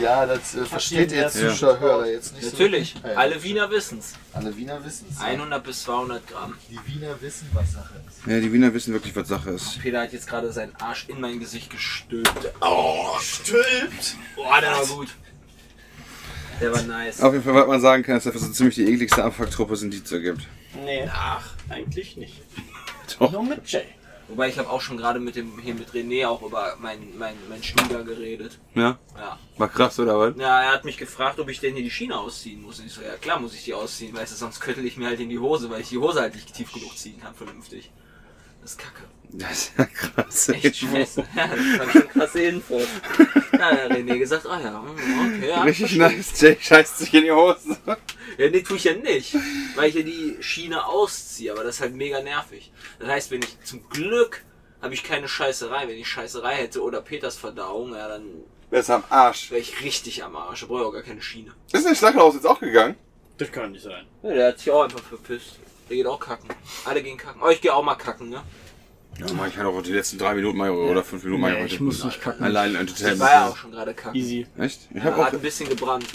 Speaker 1: Ja, das äh, versteht ihr
Speaker 3: erst
Speaker 1: Zuschauer, Hörer jetzt nicht
Speaker 2: Natürlich.
Speaker 1: so. Ja, ja.
Speaker 2: Alle Wiener wissen's.
Speaker 1: Alle Wiener wissen es.
Speaker 2: 100 bis 200 Gramm.
Speaker 1: Die Wiener wissen, was Sache ist.
Speaker 4: Ja, die Wiener wissen wirklich, was Sache ist.
Speaker 2: Peter hat jetzt gerade seinen Arsch in mein Gesicht gestülpt. Oh, stülpt! Boah, der war gut. Der war
Speaker 1: Oh.
Speaker 2: nice.
Speaker 4: Auf jeden Fall, was man sagen kann, ist, dass das so ziemlich die ekligste Abfucktruppe sind, die es so gibt.
Speaker 3: Nee. Ach, eigentlich nicht.
Speaker 4: Doch.
Speaker 3: Nur mit Jay.
Speaker 2: Wobei ich habe auch schon gerade mit dem hier mit René auch über meinen mein, mein Schwieger geredet.
Speaker 4: Ja?
Speaker 2: Ja.
Speaker 4: War krass, oder was?
Speaker 2: Ja, er hat mich gefragt, ob ich denn hier die Schiene ausziehen muss. Und ich so, ja klar muss ich die ausziehen, weißt du, sonst köttel ich mir halt in die Hose, weil ich die Hose halt nicht tief genug ziehen kann, vernünftig. Das ist kacke.
Speaker 4: Das ist ja krass.
Speaker 2: Echt scheiße. Ja, das war schon krasse Info. Ja, hat René gesagt, ah ja, mm, okay, ja.
Speaker 4: Richtig nice. Jay scheißt sich in die Hose.
Speaker 2: Ja, nee, tue ich ja nicht, weil ich ja die Schiene ausziehe, aber das ist halt mega nervig. Das heißt, wenn ich zum Glück habe ich keine Scheißerei. Wenn ich Scheißerei hätte oder Peters Verdauung, ja, dann
Speaker 4: Wer ist am Arsch?
Speaker 2: wäre ich richtig am Arsch. Da brauche ich auch gar keine Schiene.
Speaker 4: Ist der Schlachthaus jetzt auch gegangen?
Speaker 3: Das kann nicht sein.
Speaker 2: Ja, der hat sich auch einfach verpisst. Der geht auch kacken. Alle gehen kacken. Oh, ich gehe auch mal kacken, ne?
Speaker 4: Ja, Mann, ich kann auch die letzten drei Minuten mal oder fünf Minuten mal heute.
Speaker 3: nicht kacken.
Speaker 4: Allein
Speaker 2: Ich war ja auch
Speaker 4: Entertainment.
Speaker 2: schon gerade kacken.
Speaker 3: Easy.
Speaker 4: Echt? Ich hab
Speaker 2: Ja, hat
Speaker 4: auch.
Speaker 2: ein bisschen gebrannt.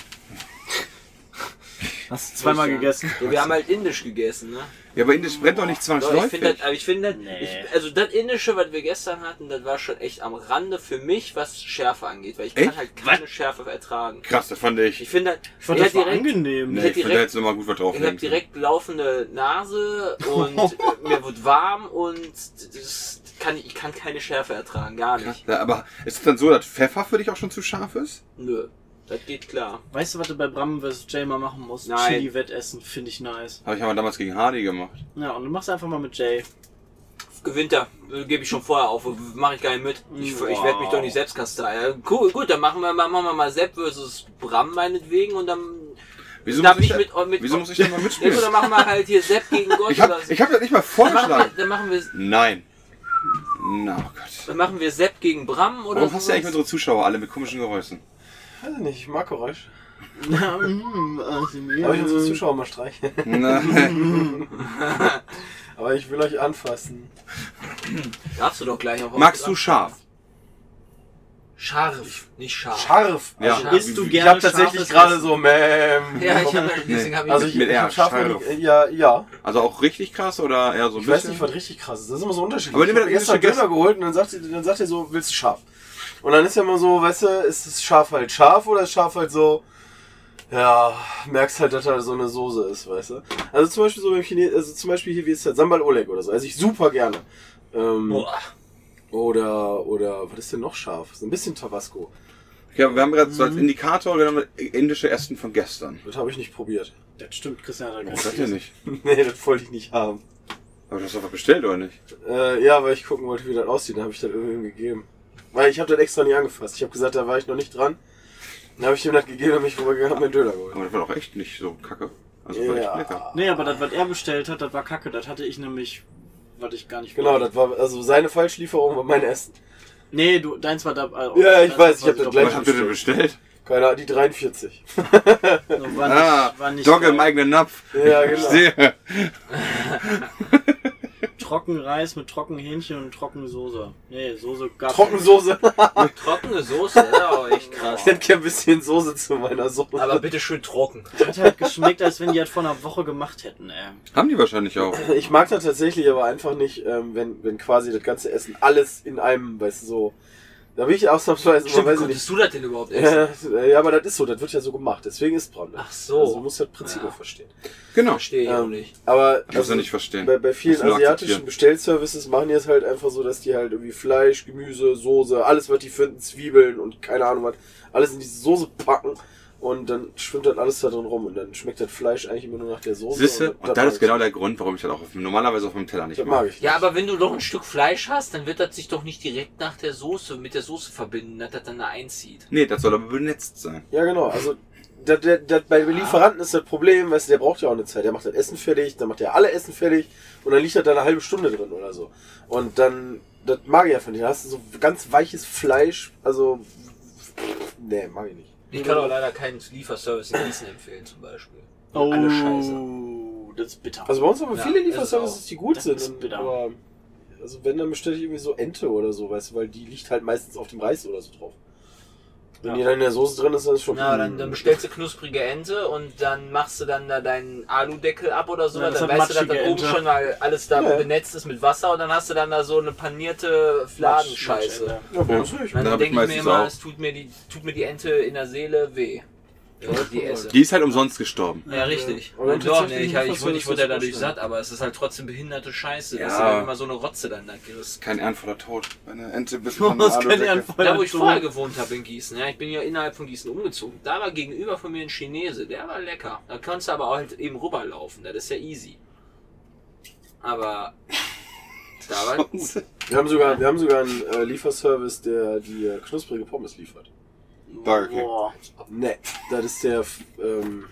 Speaker 3: Hast du zweimal gegessen?
Speaker 2: Ja, wir haben halt indisch gegessen, ne?
Speaker 4: Ja, aber Indisch brennt doch nicht
Speaker 2: Doch, ich finde,
Speaker 4: zwangsläufig.
Speaker 2: das- aber ich finde, das-
Speaker 3: Nee.
Speaker 2: ich, also das indische, was wir gestern hatten, das war schon echt am Rande für mich, was Schärfe angeht, weil ich kann
Speaker 4: Echt?
Speaker 2: halt keine Schärfe ertragen.
Speaker 4: Krass, das fand ich.
Speaker 2: Ich finde,
Speaker 3: Ich fand
Speaker 2: er
Speaker 3: das
Speaker 2: hat
Speaker 3: war
Speaker 2: direkt-
Speaker 3: angenehm.
Speaker 2: Nee.
Speaker 4: Ich
Speaker 2: hätte
Speaker 4: würde da
Speaker 2: direkt-
Speaker 4: jetzt nochmal gut was
Speaker 2: Ich habe
Speaker 4: drauflegen.
Speaker 2: direkt laufende Nase und äh, mir wird warm und das kann, ich kann keine Schärfe ertragen, gar nicht.
Speaker 4: Ja, aber ist es dann so, dass Pfeffer für dich auch schon zu scharf ist?
Speaker 2: Nö, das geht klar.
Speaker 3: Weißt du, was du bei Bram vs. Jay mal machen musst?
Speaker 2: Nein.
Speaker 3: Chili-Wettessen finde ich nice.
Speaker 4: Habe ich aber damals gegen Hardy gemacht.
Speaker 3: Ja, und du machst einfach mal mit Jay.
Speaker 2: Gewinnt er, äh, gebe ich schon vorher auf, mache ich gar nicht mit. Ich, ich werde mich doch nicht selbst kasteien. Cool, gut, dann machen wir mal, machen wir mal Sepp versus Bram meinetwegen und dann
Speaker 4: Wieso
Speaker 2: Darf
Speaker 4: muss ich,
Speaker 2: ich
Speaker 4: da,
Speaker 2: mit- mit-
Speaker 4: wieso muss ich da
Speaker 2: Ja,
Speaker 4: mal mitspielen?
Speaker 2: gut, dann machen wir halt hier Sepp gegen Gott
Speaker 4: ich
Speaker 2: oder
Speaker 4: habe
Speaker 2: so.
Speaker 4: ich hab das nicht mal
Speaker 2: Dann machen,
Speaker 4: vorgeschlagen.
Speaker 2: wir, dann, machen wir,
Speaker 4: Nein. Na, oh Gott.
Speaker 2: dann machen wir Sepp gegen Bram oder
Speaker 4: Warum hast du eigentlich
Speaker 2: sowas.
Speaker 4: unsere Zuschauer alle mit komischen Geräuschen?
Speaker 5: Ich weiß nicht, ich mag Geräusch.
Speaker 3: Aber
Speaker 5: Aber ich unsere Zuschauer mal streicheln.
Speaker 4: Nein.
Speaker 5: Aber ich will euch anfassen.
Speaker 2: Darfst du doch gleich auch
Speaker 4: Magst du scharf?
Speaker 2: Scharf, nicht scharf.
Speaker 5: Scharf!
Speaker 2: Also
Speaker 4: Ja.
Speaker 3: Isst du
Speaker 5: Ich
Speaker 3: gerne
Speaker 5: habe tatsächlich
Speaker 3: scharfes
Speaker 5: gerade
Speaker 3: Essen?
Speaker 5: so, Ma'am.
Speaker 2: Ja, ich habe deswegen habe ich
Speaker 5: Also ich,
Speaker 4: Mit
Speaker 5: ich
Speaker 4: R,
Speaker 5: hab scharf
Speaker 4: scharf.
Speaker 5: Ja, ja.
Speaker 4: Also auch richtig krass oder eher so ein
Speaker 5: Ich weiß
Speaker 4: bisschen?
Speaker 5: nicht, was richtig krass ist. Das ist immer so unterschiedlich.
Speaker 4: Aber
Speaker 5: ich
Speaker 4: nehmen wir das
Speaker 5: hab gestern
Speaker 4: indische
Speaker 5: Döner geholt und dann sagt, sie- dann sagt er so, willst du scharf? Und dann ist ja immer so, weißt du, ist das scharf halt scharf oder ist scharf halt so, ja, merkst halt, dass da so eine Soße ist, weißt du? Also zum Beispiel so beim Chines, also zum Beispiel hier, wie ist das? Sambal Oleg oder so. Also ich super gerne. Ähm,
Speaker 2: Boah.
Speaker 5: oder, oder, was ist denn noch scharf? So ein bisschen Tabasco.
Speaker 4: Ja, wir haben gerade so als
Speaker 5: Mhm.
Speaker 4: Indikator genommen das indische Essen von gestern.
Speaker 5: Das habe ich nicht probiert.
Speaker 3: Das stimmt, Christian hat da
Speaker 4: Oh, Das hat ja nicht.
Speaker 5: nee, das wollte ich nicht haben.
Speaker 4: Aber du hast doch was bestellt, oder nicht?
Speaker 5: Äh, ja, weil ich gucken wollte, wie das aussieht. Dann habe ich das irgendwem gegeben. Weil ich habe das extra nicht angefasst. Ich habe gesagt, da war ich noch nicht dran. Dann habe ich ihm das gegeben und mich rübergegangen und mir einen Döner geholt.
Speaker 4: Aber das war doch echt nicht so kacke. Also das war
Speaker 5: Ja.
Speaker 4: echt lecker.
Speaker 3: Nee, aber das, was er bestellt hat, das war kacke. Das hatte ich nämlich, was ich gar nicht
Speaker 5: Genau,
Speaker 3: wollte.
Speaker 5: das war also seine Falschlieferung war mein Essen.
Speaker 3: Nee, du, deins war da. äh,
Speaker 5: Ja, ich
Speaker 3: deins
Speaker 5: weiß,
Speaker 3: war
Speaker 5: ich hab das
Speaker 3: doppelt.
Speaker 5: gleich-
Speaker 4: Was habt ihr denn bestellt?
Speaker 5: Keine Ahnung, die 43.
Speaker 3: War nicht,
Speaker 4: Ah,
Speaker 3: war nicht
Speaker 4: Dogge
Speaker 3: geil.
Speaker 4: im eigenen Napf.
Speaker 5: Ja,
Speaker 4: Ich
Speaker 5: genau.
Speaker 4: sehe.
Speaker 3: Trockenreis mit Trockenhähnchen und Trockensoße. Nee, Soße gab's.
Speaker 5: Trockensoße.
Speaker 2: Trockene Soße, das ist aber echt krass.
Speaker 5: Ich hätte gern ein bisschen Soße zu meiner Soße.
Speaker 2: Aber bitte schön trocken.
Speaker 3: nicht. Hat halt geschmeckt, als wenn die das vor einer Woche gemacht hätten, ey.
Speaker 4: Haben die wahrscheinlich auch.
Speaker 5: ich mag das tatsächlich aber einfach nicht, ähm, wenn, wenn quasi das ganze Essen alles in einem, weißt du, so. Da bin ich ausnahmsweise,
Speaker 2: Stimmt,
Speaker 5: Stimmt,
Speaker 2: wie
Speaker 5: weiß ich
Speaker 2: konntest
Speaker 5: nicht.
Speaker 2: du das denn überhaupt essen?
Speaker 5: Ja, ja, aber das ist so, das wird ja so gemacht, deswegen ist braun.
Speaker 2: Ach so.
Speaker 5: Also du musst das Prinzip
Speaker 2: Ja.
Speaker 5: auch verstehen.
Speaker 4: Genau.
Speaker 2: Verstehe ich auch
Speaker 5: Ähm,
Speaker 2: nicht.
Speaker 5: Aber
Speaker 4: Ich muss ja nicht verstehen.
Speaker 5: bei, bei vielen
Speaker 4: Muss nur
Speaker 5: asiatischen
Speaker 4: akzeptieren.
Speaker 5: Bestellservices machen die es halt einfach so, dass die halt irgendwie Fleisch, Gemüse, Soße, alles was die finden, Zwiebeln und keine Ahnung was, alles in diese Soße packen und dann schwimmt dann alles da drin rum und dann schmeckt das Fleisch eigentlich immer nur nach der Soße.
Speaker 4: Siehste?
Speaker 5: das
Speaker 4: Und das
Speaker 5: mag
Speaker 4: ist genau der Grund, warum ich das auch auf, normalerweise auf dem Teller
Speaker 5: ich.
Speaker 4: nicht
Speaker 5: Das
Speaker 4: mache.
Speaker 5: mag ich.
Speaker 2: Ja,
Speaker 5: nicht.
Speaker 2: aber wenn du doch ein Stück Fleisch hast, dann wird das sich doch nicht direkt nach der Soße, mit der Soße verbinden, dass das dann da einzieht.
Speaker 4: Nee, das soll aber benetzt sein.
Speaker 5: Ja, genau. Also das, das, das, bei Lieferanten ist das Problem, weißt du, der braucht ja auch eine Zeit. Der macht das Essen fertig, dann macht er alle Essen fertig und dann liegt das da eine halbe Stunde drin oder so. Und dann, das mag ich einfach nicht. Da hast du so ganz weiches Fleisch, also, nee, mag ich nicht.
Speaker 2: Ich kann auch leider keinen Lieferservice in Gießen empfehlen, zum Beispiel.
Speaker 3: Oh,
Speaker 2: Alle scheiße.
Speaker 3: das ist bitter.
Speaker 5: Also bei uns haben wir
Speaker 2: Ja,
Speaker 5: viele
Speaker 2: das
Speaker 5: Lieferservices,
Speaker 2: ist auch-
Speaker 5: die gut
Speaker 3: das
Speaker 5: sind.
Speaker 3: ist
Speaker 5: und-
Speaker 3: bitter.
Speaker 5: Aber, also wenn, dann bestelle ich irgendwie so Ente oder so, weißt du, weil die liegt halt meistens auf dem Reis oder so drauf. Wenn
Speaker 3: Ja.
Speaker 5: die dann in der Soße drin ist, dann ist schon...
Speaker 2: Ja, dann, dann bestellst du knusprige Ente und dann machst du dann da deinen Aludeckel ab oder so.
Speaker 3: Ja, das
Speaker 2: dann
Speaker 3: hat
Speaker 2: weißt du, dass
Speaker 3: matschige
Speaker 2: da oben
Speaker 3: Ente.
Speaker 2: schon mal alles da
Speaker 5: Ja.
Speaker 2: benetzt ist mit Wasser und dann hast du dann da so eine panierte Fladenscheiße.
Speaker 5: Ja, warum nicht?
Speaker 2: Und
Speaker 4: Da
Speaker 2: Dann
Speaker 4: hab
Speaker 2: denke
Speaker 4: ich
Speaker 2: ich mir
Speaker 4: meistens
Speaker 2: immer,
Speaker 4: auch.
Speaker 2: es tut mir, die, tut mir die Ente in der Seele weh. wenn ich Die esse.
Speaker 4: Die ist halt umsonst gestorben.
Speaker 2: Ja, richtig.
Speaker 5: aber
Speaker 2: Und doch,
Speaker 5: tatsächlich
Speaker 2: nee, ich, ich,
Speaker 5: muss
Speaker 2: ich,
Speaker 5: man
Speaker 2: wurde-
Speaker 5: sich
Speaker 2: ich wurde
Speaker 5: das
Speaker 2: ja dadurch
Speaker 5: vorstellen.
Speaker 2: satt, aber es ist halt trotzdem behinderte Scheiße, dass
Speaker 4: Ja.
Speaker 2: du dann immer so eine Rotze dann da kriegst.
Speaker 4: Kein ehrenvoller Tod. Eine Ente bis
Speaker 3: Das kann ja ein
Speaker 2: Da, wo ich vorher
Speaker 3: voller
Speaker 2: gewohnt habe in Gießen, ja, ich bin ja innerhalb von Gießen umgezogen. Da war gegenüber von mir ein Chinese, der war lecker. Da kannst du aber auch halt eben rüberlaufen, das ist ja easy. Aber da war
Speaker 5: Wir haben sogar, wir haben sogar einen äh, Lieferservice, der die äh, knusprige Pommes liefert.
Speaker 4: Burger King.
Speaker 3: Boah.
Speaker 5: Ne, das ist der F- ähm,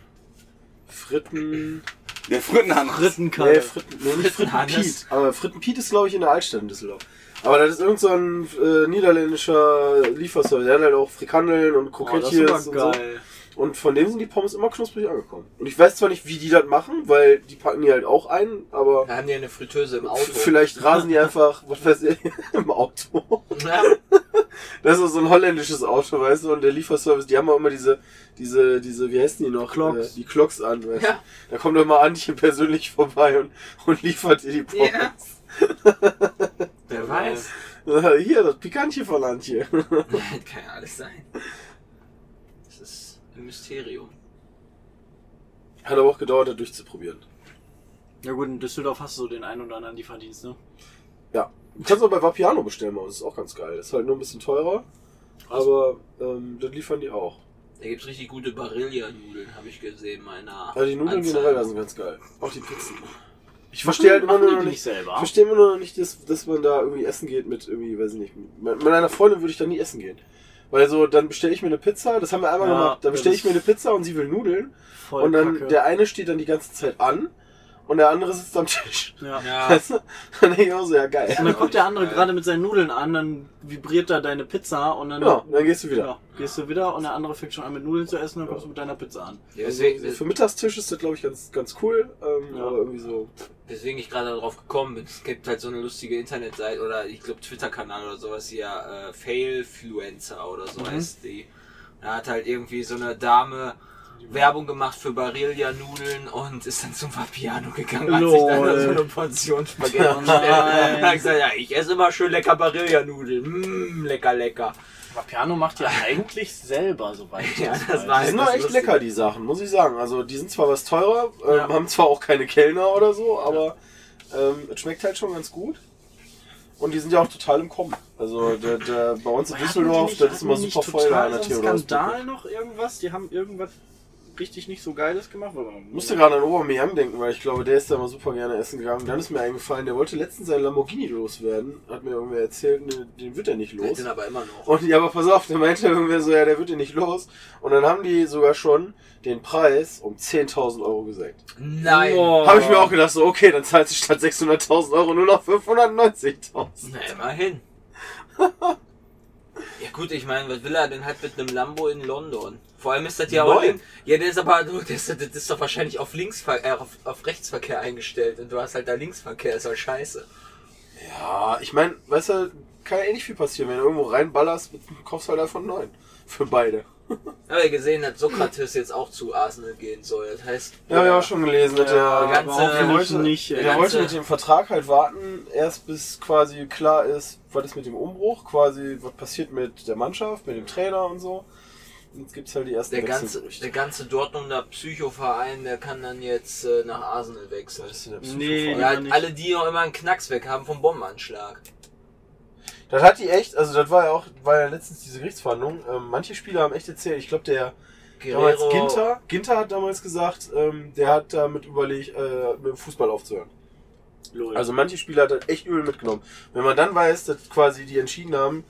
Speaker 5: Fritten.
Speaker 4: Der Frittenhahn.
Speaker 3: Frittenkanne.
Speaker 5: Nee, Fritten, nee, nicht Fritten Piet.
Speaker 2: Hannes.
Speaker 5: Aber Fritten Piet ist, glaube ich, in der Altstadt in Düsseldorf. Aber das ist irgend so ein äh, niederländischer Lieferservice. Der hat halt auch Frikandeln und
Speaker 3: Boah, das
Speaker 5: Krokettchen
Speaker 3: ist
Speaker 5: und
Speaker 3: aber
Speaker 5: so.
Speaker 3: geil.
Speaker 5: Und von dem sind die Pommes immer knusprig angekommen. Und ich weiß zwar nicht, wie die das machen, weil die packen die halt auch ein, aber
Speaker 2: Da haben die eine Fritteuse im Auto.
Speaker 5: vielleicht rasen die einfach, was weiß ich, im Auto.
Speaker 2: Ja,
Speaker 5: Das ist so ein holländisches Auto, weißt du, und der Lieferservice, die haben auch immer diese, diese, diese, wie heißen die noch?
Speaker 3: Clocks.
Speaker 5: Äh, die Clocks an, weißt du.
Speaker 2: Ja.
Speaker 5: Da kommt doch mal Antje persönlich vorbei und, und liefert dir die Pommes.
Speaker 2: Ja. wer weiß.
Speaker 5: Hier, das Pikantchen von Antje.
Speaker 2: Nein, kann ja alles sein. Das ist ein Mysterium.
Speaker 5: Hat aber auch gedauert, da durchzuprobieren.
Speaker 3: Ja gut, in Düsseldorf hast du so den einen oder anderen Lieferdienst, ne?
Speaker 5: Ja. Du kannst auch bei Vapiano bestellen bei uns, ist auch ganz geil. Ist halt nur ein bisschen teurer, aber ähm, das liefern die auch.
Speaker 2: Da gibt's richtig gute Barilla-Nudeln, habe ich gesehen, meiner.
Speaker 5: Also die Nudeln
Speaker 2: Anzeige.
Speaker 5: generell da sind ganz geil. Auch die Pizzen. Ich verstehe halt immer nur noch nicht. Ich
Speaker 3: selber.
Speaker 5: verstehe immer nur noch nicht, dass, dass man da irgendwie essen geht mit irgendwie, weiß ich nicht. Mit mit einer Freundin würde ich da nie essen gehen. Weil so, dann bestelle ich mir eine Pizza, das haben wir einmal
Speaker 3: Ja,
Speaker 5: gemacht, dann
Speaker 3: das
Speaker 5: bestelle ich
Speaker 3: ist-
Speaker 5: mir eine Pizza und sie will Nudeln.
Speaker 3: Voll
Speaker 5: und dann
Speaker 3: Kacke.
Speaker 5: der eine steht dann die ganze Zeit an und der andere sitzt am Tisch.
Speaker 3: ja. äh.
Speaker 2: Ja,
Speaker 5: Weißt du? Dann denke ich auch so, ja geil.
Speaker 3: Und dann guckt der andere
Speaker 2: Ja.
Speaker 3: gerade mit seinen Nudeln an, dann vibriert da deine Pizza und dann,
Speaker 5: Ja, Genau, dann gehst du wieder. Also,
Speaker 3: Ja, gehst du wieder und der andere fängt schon an mit Nudeln zu essen, dann kommst du mit deiner Pizza an.
Speaker 2: Ja,
Speaker 5: Also,
Speaker 2: deswegen,
Speaker 5: so für Mittagstisch ist das, glaube ich, ganz, ganz cool. Ähm,
Speaker 3: Ja.
Speaker 5: Aber irgendwie so.
Speaker 2: deswegen ich gerade darauf gekommen bin. Es gibt halt so eine lustige Internetseite oder ich glaube Twitter-Kanal oder sowas hier, äh, Failfluencer oder
Speaker 5: Mhm.
Speaker 2: so heißt die. Da hat halt irgendwie so eine Dame Werbung gemacht für Barilla-Nudeln und ist dann zum Vapiano gegangen, hat sich dann da so
Speaker 3: Lol.
Speaker 2: eine Portion Spaghetti bestellt. Und hat gesagt, ja, ich esse immer schön lecker Barilla-Nudeln. Mm, lecker, lecker.
Speaker 3: Aber Piano macht ja eigentlich selber, soweit ich
Speaker 2: Ja,
Speaker 3: weiß.
Speaker 2: das war halt
Speaker 5: Die sind
Speaker 2: das
Speaker 5: doch echt
Speaker 2: Lustige.
Speaker 5: lecker, die Sachen, muss ich sagen. Also die sind zwar was teurer, ähm, haben zwar auch keine Kellner oder so, aber ähm, es schmeckt halt schon ganz gut. Und die sind ja auch total im Kommen. Also der, der, bei uns in
Speaker 3: Hatten die
Speaker 5: Düsseldorf,
Speaker 3: nicht-
Speaker 5: das ist
Speaker 3: hatten
Speaker 5: immer
Speaker 3: die nicht
Speaker 5: super voll da
Speaker 3: total
Speaker 5: an der
Speaker 3: so einen
Speaker 5: Theodor.
Speaker 3: Skandal noch irgendwas? Die haben irgendwas richtig nicht so Geiles gemacht.
Speaker 5: Musste gerade an Obermeier denken, weil ich glaube, der ist da mal super gerne essen gegangen. Und Dann ist mir eingefallen, der wollte letztens sein Lamborghini loswerden. Hat mir irgendwer erzählt, ne, den wird er nicht los.
Speaker 3: Genau.
Speaker 2: Den aber immer noch.
Speaker 5: Und ja, aber pass auf, der meinte irgendwer so, ja, der wird ja nicht los. Und dann haben die sogar schon den Preis um 10.000 Euro gesenkt.
Speaker 2: Nein.
Speaker 5: Hab Habe ich mir auch gedacht, so, okay, dann zahlt sich statt 600.000 Euro nur noch 590.000.
Speaker 2: Na, immerhin. ja gut, ich meine, was will er denn halt mit einem Lambo in London? Vor allem ist das ja auch...
Speaker 5: Neu.
Speaker 2: link- Ja, der ist aber... du, Der ist, das ist doch wahrscheinlich auf, Linksver äh, auf, auf Rechtsverkehr eingestellt und du hast halt da Linksverkehr, ist halt scheiße.
Speaker 5: Ja, ich meine, weißt du, kann ja eh nicht viel passieren. Wenn du irgendwo reinballerst, kaufst du halt einfach einen neuen. Für beide.
Speaker 2: Aber ihr gesehen hat, Sokrates jetzt auch zu Arsenal gehen soll. Das heißt,
Speaker 5: Ja, hab ich auch schon gelesen. dass
Speaker 2: Ja,
Speaker 5: der
Speaker 2: ganze-
Speaker 5: aber
Speaker 2: Wollte-
Speaker 5: wollte,
Speaker 3: nicht, äh,
Speaker 5: der
Speaker 2: ganze-
Speaker 5: wollte mit dem Vertrag halt warten, erst bis quasi klar ist, was ist mit dem Umbruch, quasi was passiert mit der Mannschaft, mit dem Trainer und so. Und Jetzt gibt's halt die ersten
Speaker 2: der ganze,
Speaker 5: Wechselgerüchte.
Speaker 2: der ganze Dortmunder Psychoverein, der kann dann jetzt äh, nach Arsenal wechseln.
Speaker 5: Das ist der Psycho-
Speaker 3: Nee,
Speaker 2: Ja,
Speaker 3: nicht.
Speaker 2: alle, die noch immer einen Knacks weg haben vom Bombenanschlag.
Speaker 5: Das hat die echt, also das war ja auch, war ja letztens diese Gerichtsverhandlung. Ähm, manche Spieler haben echt erzählt, ich glaube der damals
Speaker 2: Guerrero-
Speaker 5: Ginter, Ginter hat damals gesagt, ähm, der hat damit überlegt, äh, mit dem Fußball aufzuhören.
Speaker 3: Lol.
Speaker 5: Also manche Spieler hat das echt übel mitgenommen. Wenn man dann weiß, dass quasi die entschieden haben,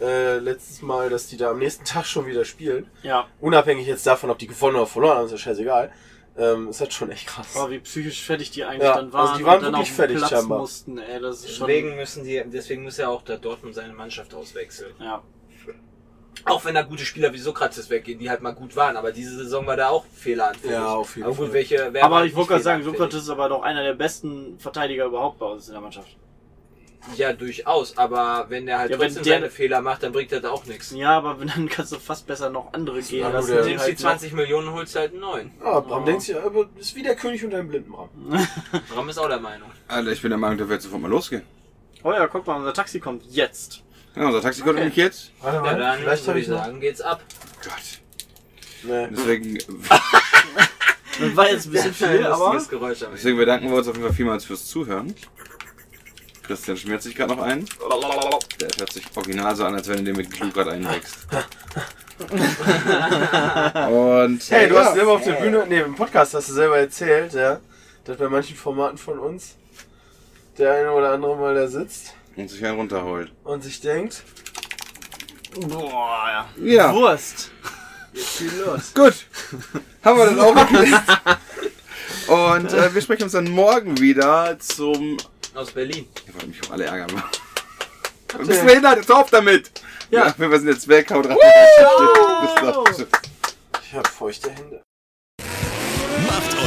Speaker 5: äh, letztes Mal, dass die da am nächsten Tag schon wieder spielen,
Speaker 3: ja.
Speaker 5: unabhängig jetzt davon, ob die gewonnen oder verloren haben, ist ja scheißegal, ähm, ist das schon echt krass.
Speaker 3: Boah, oh, wie psychisch fertig die eigentlich
Speaker 5: Ja,
Speaker 3: dann waren.
Speaker 5: also die waren
Speaker 3: und dann
Speaker 5: wirklich
Speaker 3: auf den
Speaker 5: fertig,
Speaker 3: Platz
Speaker 5: scheinbar.
Speaker 3: mussten, ey, das ist schon...
Speaker 2: Deswegen müssen die, deswegen muss ja auch der Dortmund seine Mannschaft auswechseln.
Speaker 3: Ja.
Speaker 2: Auch wenn da gute Spieler wie Sokrates weggehen, die halt mal gut waren, aber diese Saison war da auch fehleranfällig.
Speaker 5: Ja, auf jeden
Speaker 2: aber gut,
Speaker 5: Fall.
Speaker 2: Welche, wer war
Speaker 3: Aber ich
Speaker 2: nicht
Speaker 3: wollte gerade sagen,
Speaker 2: fehleranfällig?
Speaker 3: Sokrates ist aber doch einer der besten Verteidiger überhaupt bei uns in der Mannschaft.
Speaker 2: Ja, durchaus, aber wenn der halt
Speaker 3: Ja, wenn
Speaker 2: trotzdem
Speaker 3: der-
Speaker 2: seine Fehler macht, dann bringt er da auch nichts.
Speaker 3: Ja, aber wenn, dann kannst du fast besser noch andere gehen
Speaker 5: war nur
Speaker 3: lassen.
Speaker 5: der-
Speaker 3: die
Speaker 2: Nimmst die
Speaker 3: halt
Speaker 2: 20 Millionen, holst du halt einen neuen.
Speaker 5: Ah, Bram denkt sich, aber ist wie der König unter dem Blindenrahmen.
Speaker 2: Bram ist auch der Meinung.
Speaker 4: Alter, ich bin der Meinung, der wird sofort mal losgehen.
Speaker 3: noch- Oh ja, guck mal, unser Taxi kommt jetzt.
Speaker 4: Ja, unser Taxi kommt nämlich jetzt.
Speaker 5: Warte
Speaker 2: Ja, dann
Speaker 5: vielleicht
Speaker 2: würde
Speaker 5: habe
Speaker 2: ich
Speaker 5: ich noch.
Speaker 2: sagen, geht's ab.
Speaker 4: Gott.
Speaker 5: Nee.
Speaker 4: Deswegen,
Speaker 3: Das war jetzt ein bisschen viel, aber...
Speaker 2: das Geräusch am Ende.
Speaker 4: deswegen bedanken wir uns auf jeden Fall vielmals fürs Zuhören. Christian schmiert sich gerade noch ein. Der hört sich original so an, als wenn er den mit Glue gerade einwächst. Und
Speaker 5: Hey, du hast selber auf der Bühne, nee, im Podcast hast du selber erzählt, ja, dass bei manchen Formaten von uns der eine oder andere mal da sitzt
Speaker 4: und sich einen runterholt.
Speaker 5: und sich denkt,
Speaker 3: Boah, ja.
Speaker 4: Ja,
Speaker 3: Wurst. Jetzt viel los.
Speaker 4: gut. Haben wir das auch geklärt. Und äh, wir sprechen uns dann morgen wieder zum...
Speaker 2: Aus Berlin.
Speaker 4: Ich wollte mich um alle ärgern. Du bist behindert, halt, jetzt hör auf damit! Ja. wir sind jetzt weg, haut rein. Bis dann.
Speaker 5: ich habe feuchte Hände.
Speaker 6: Macht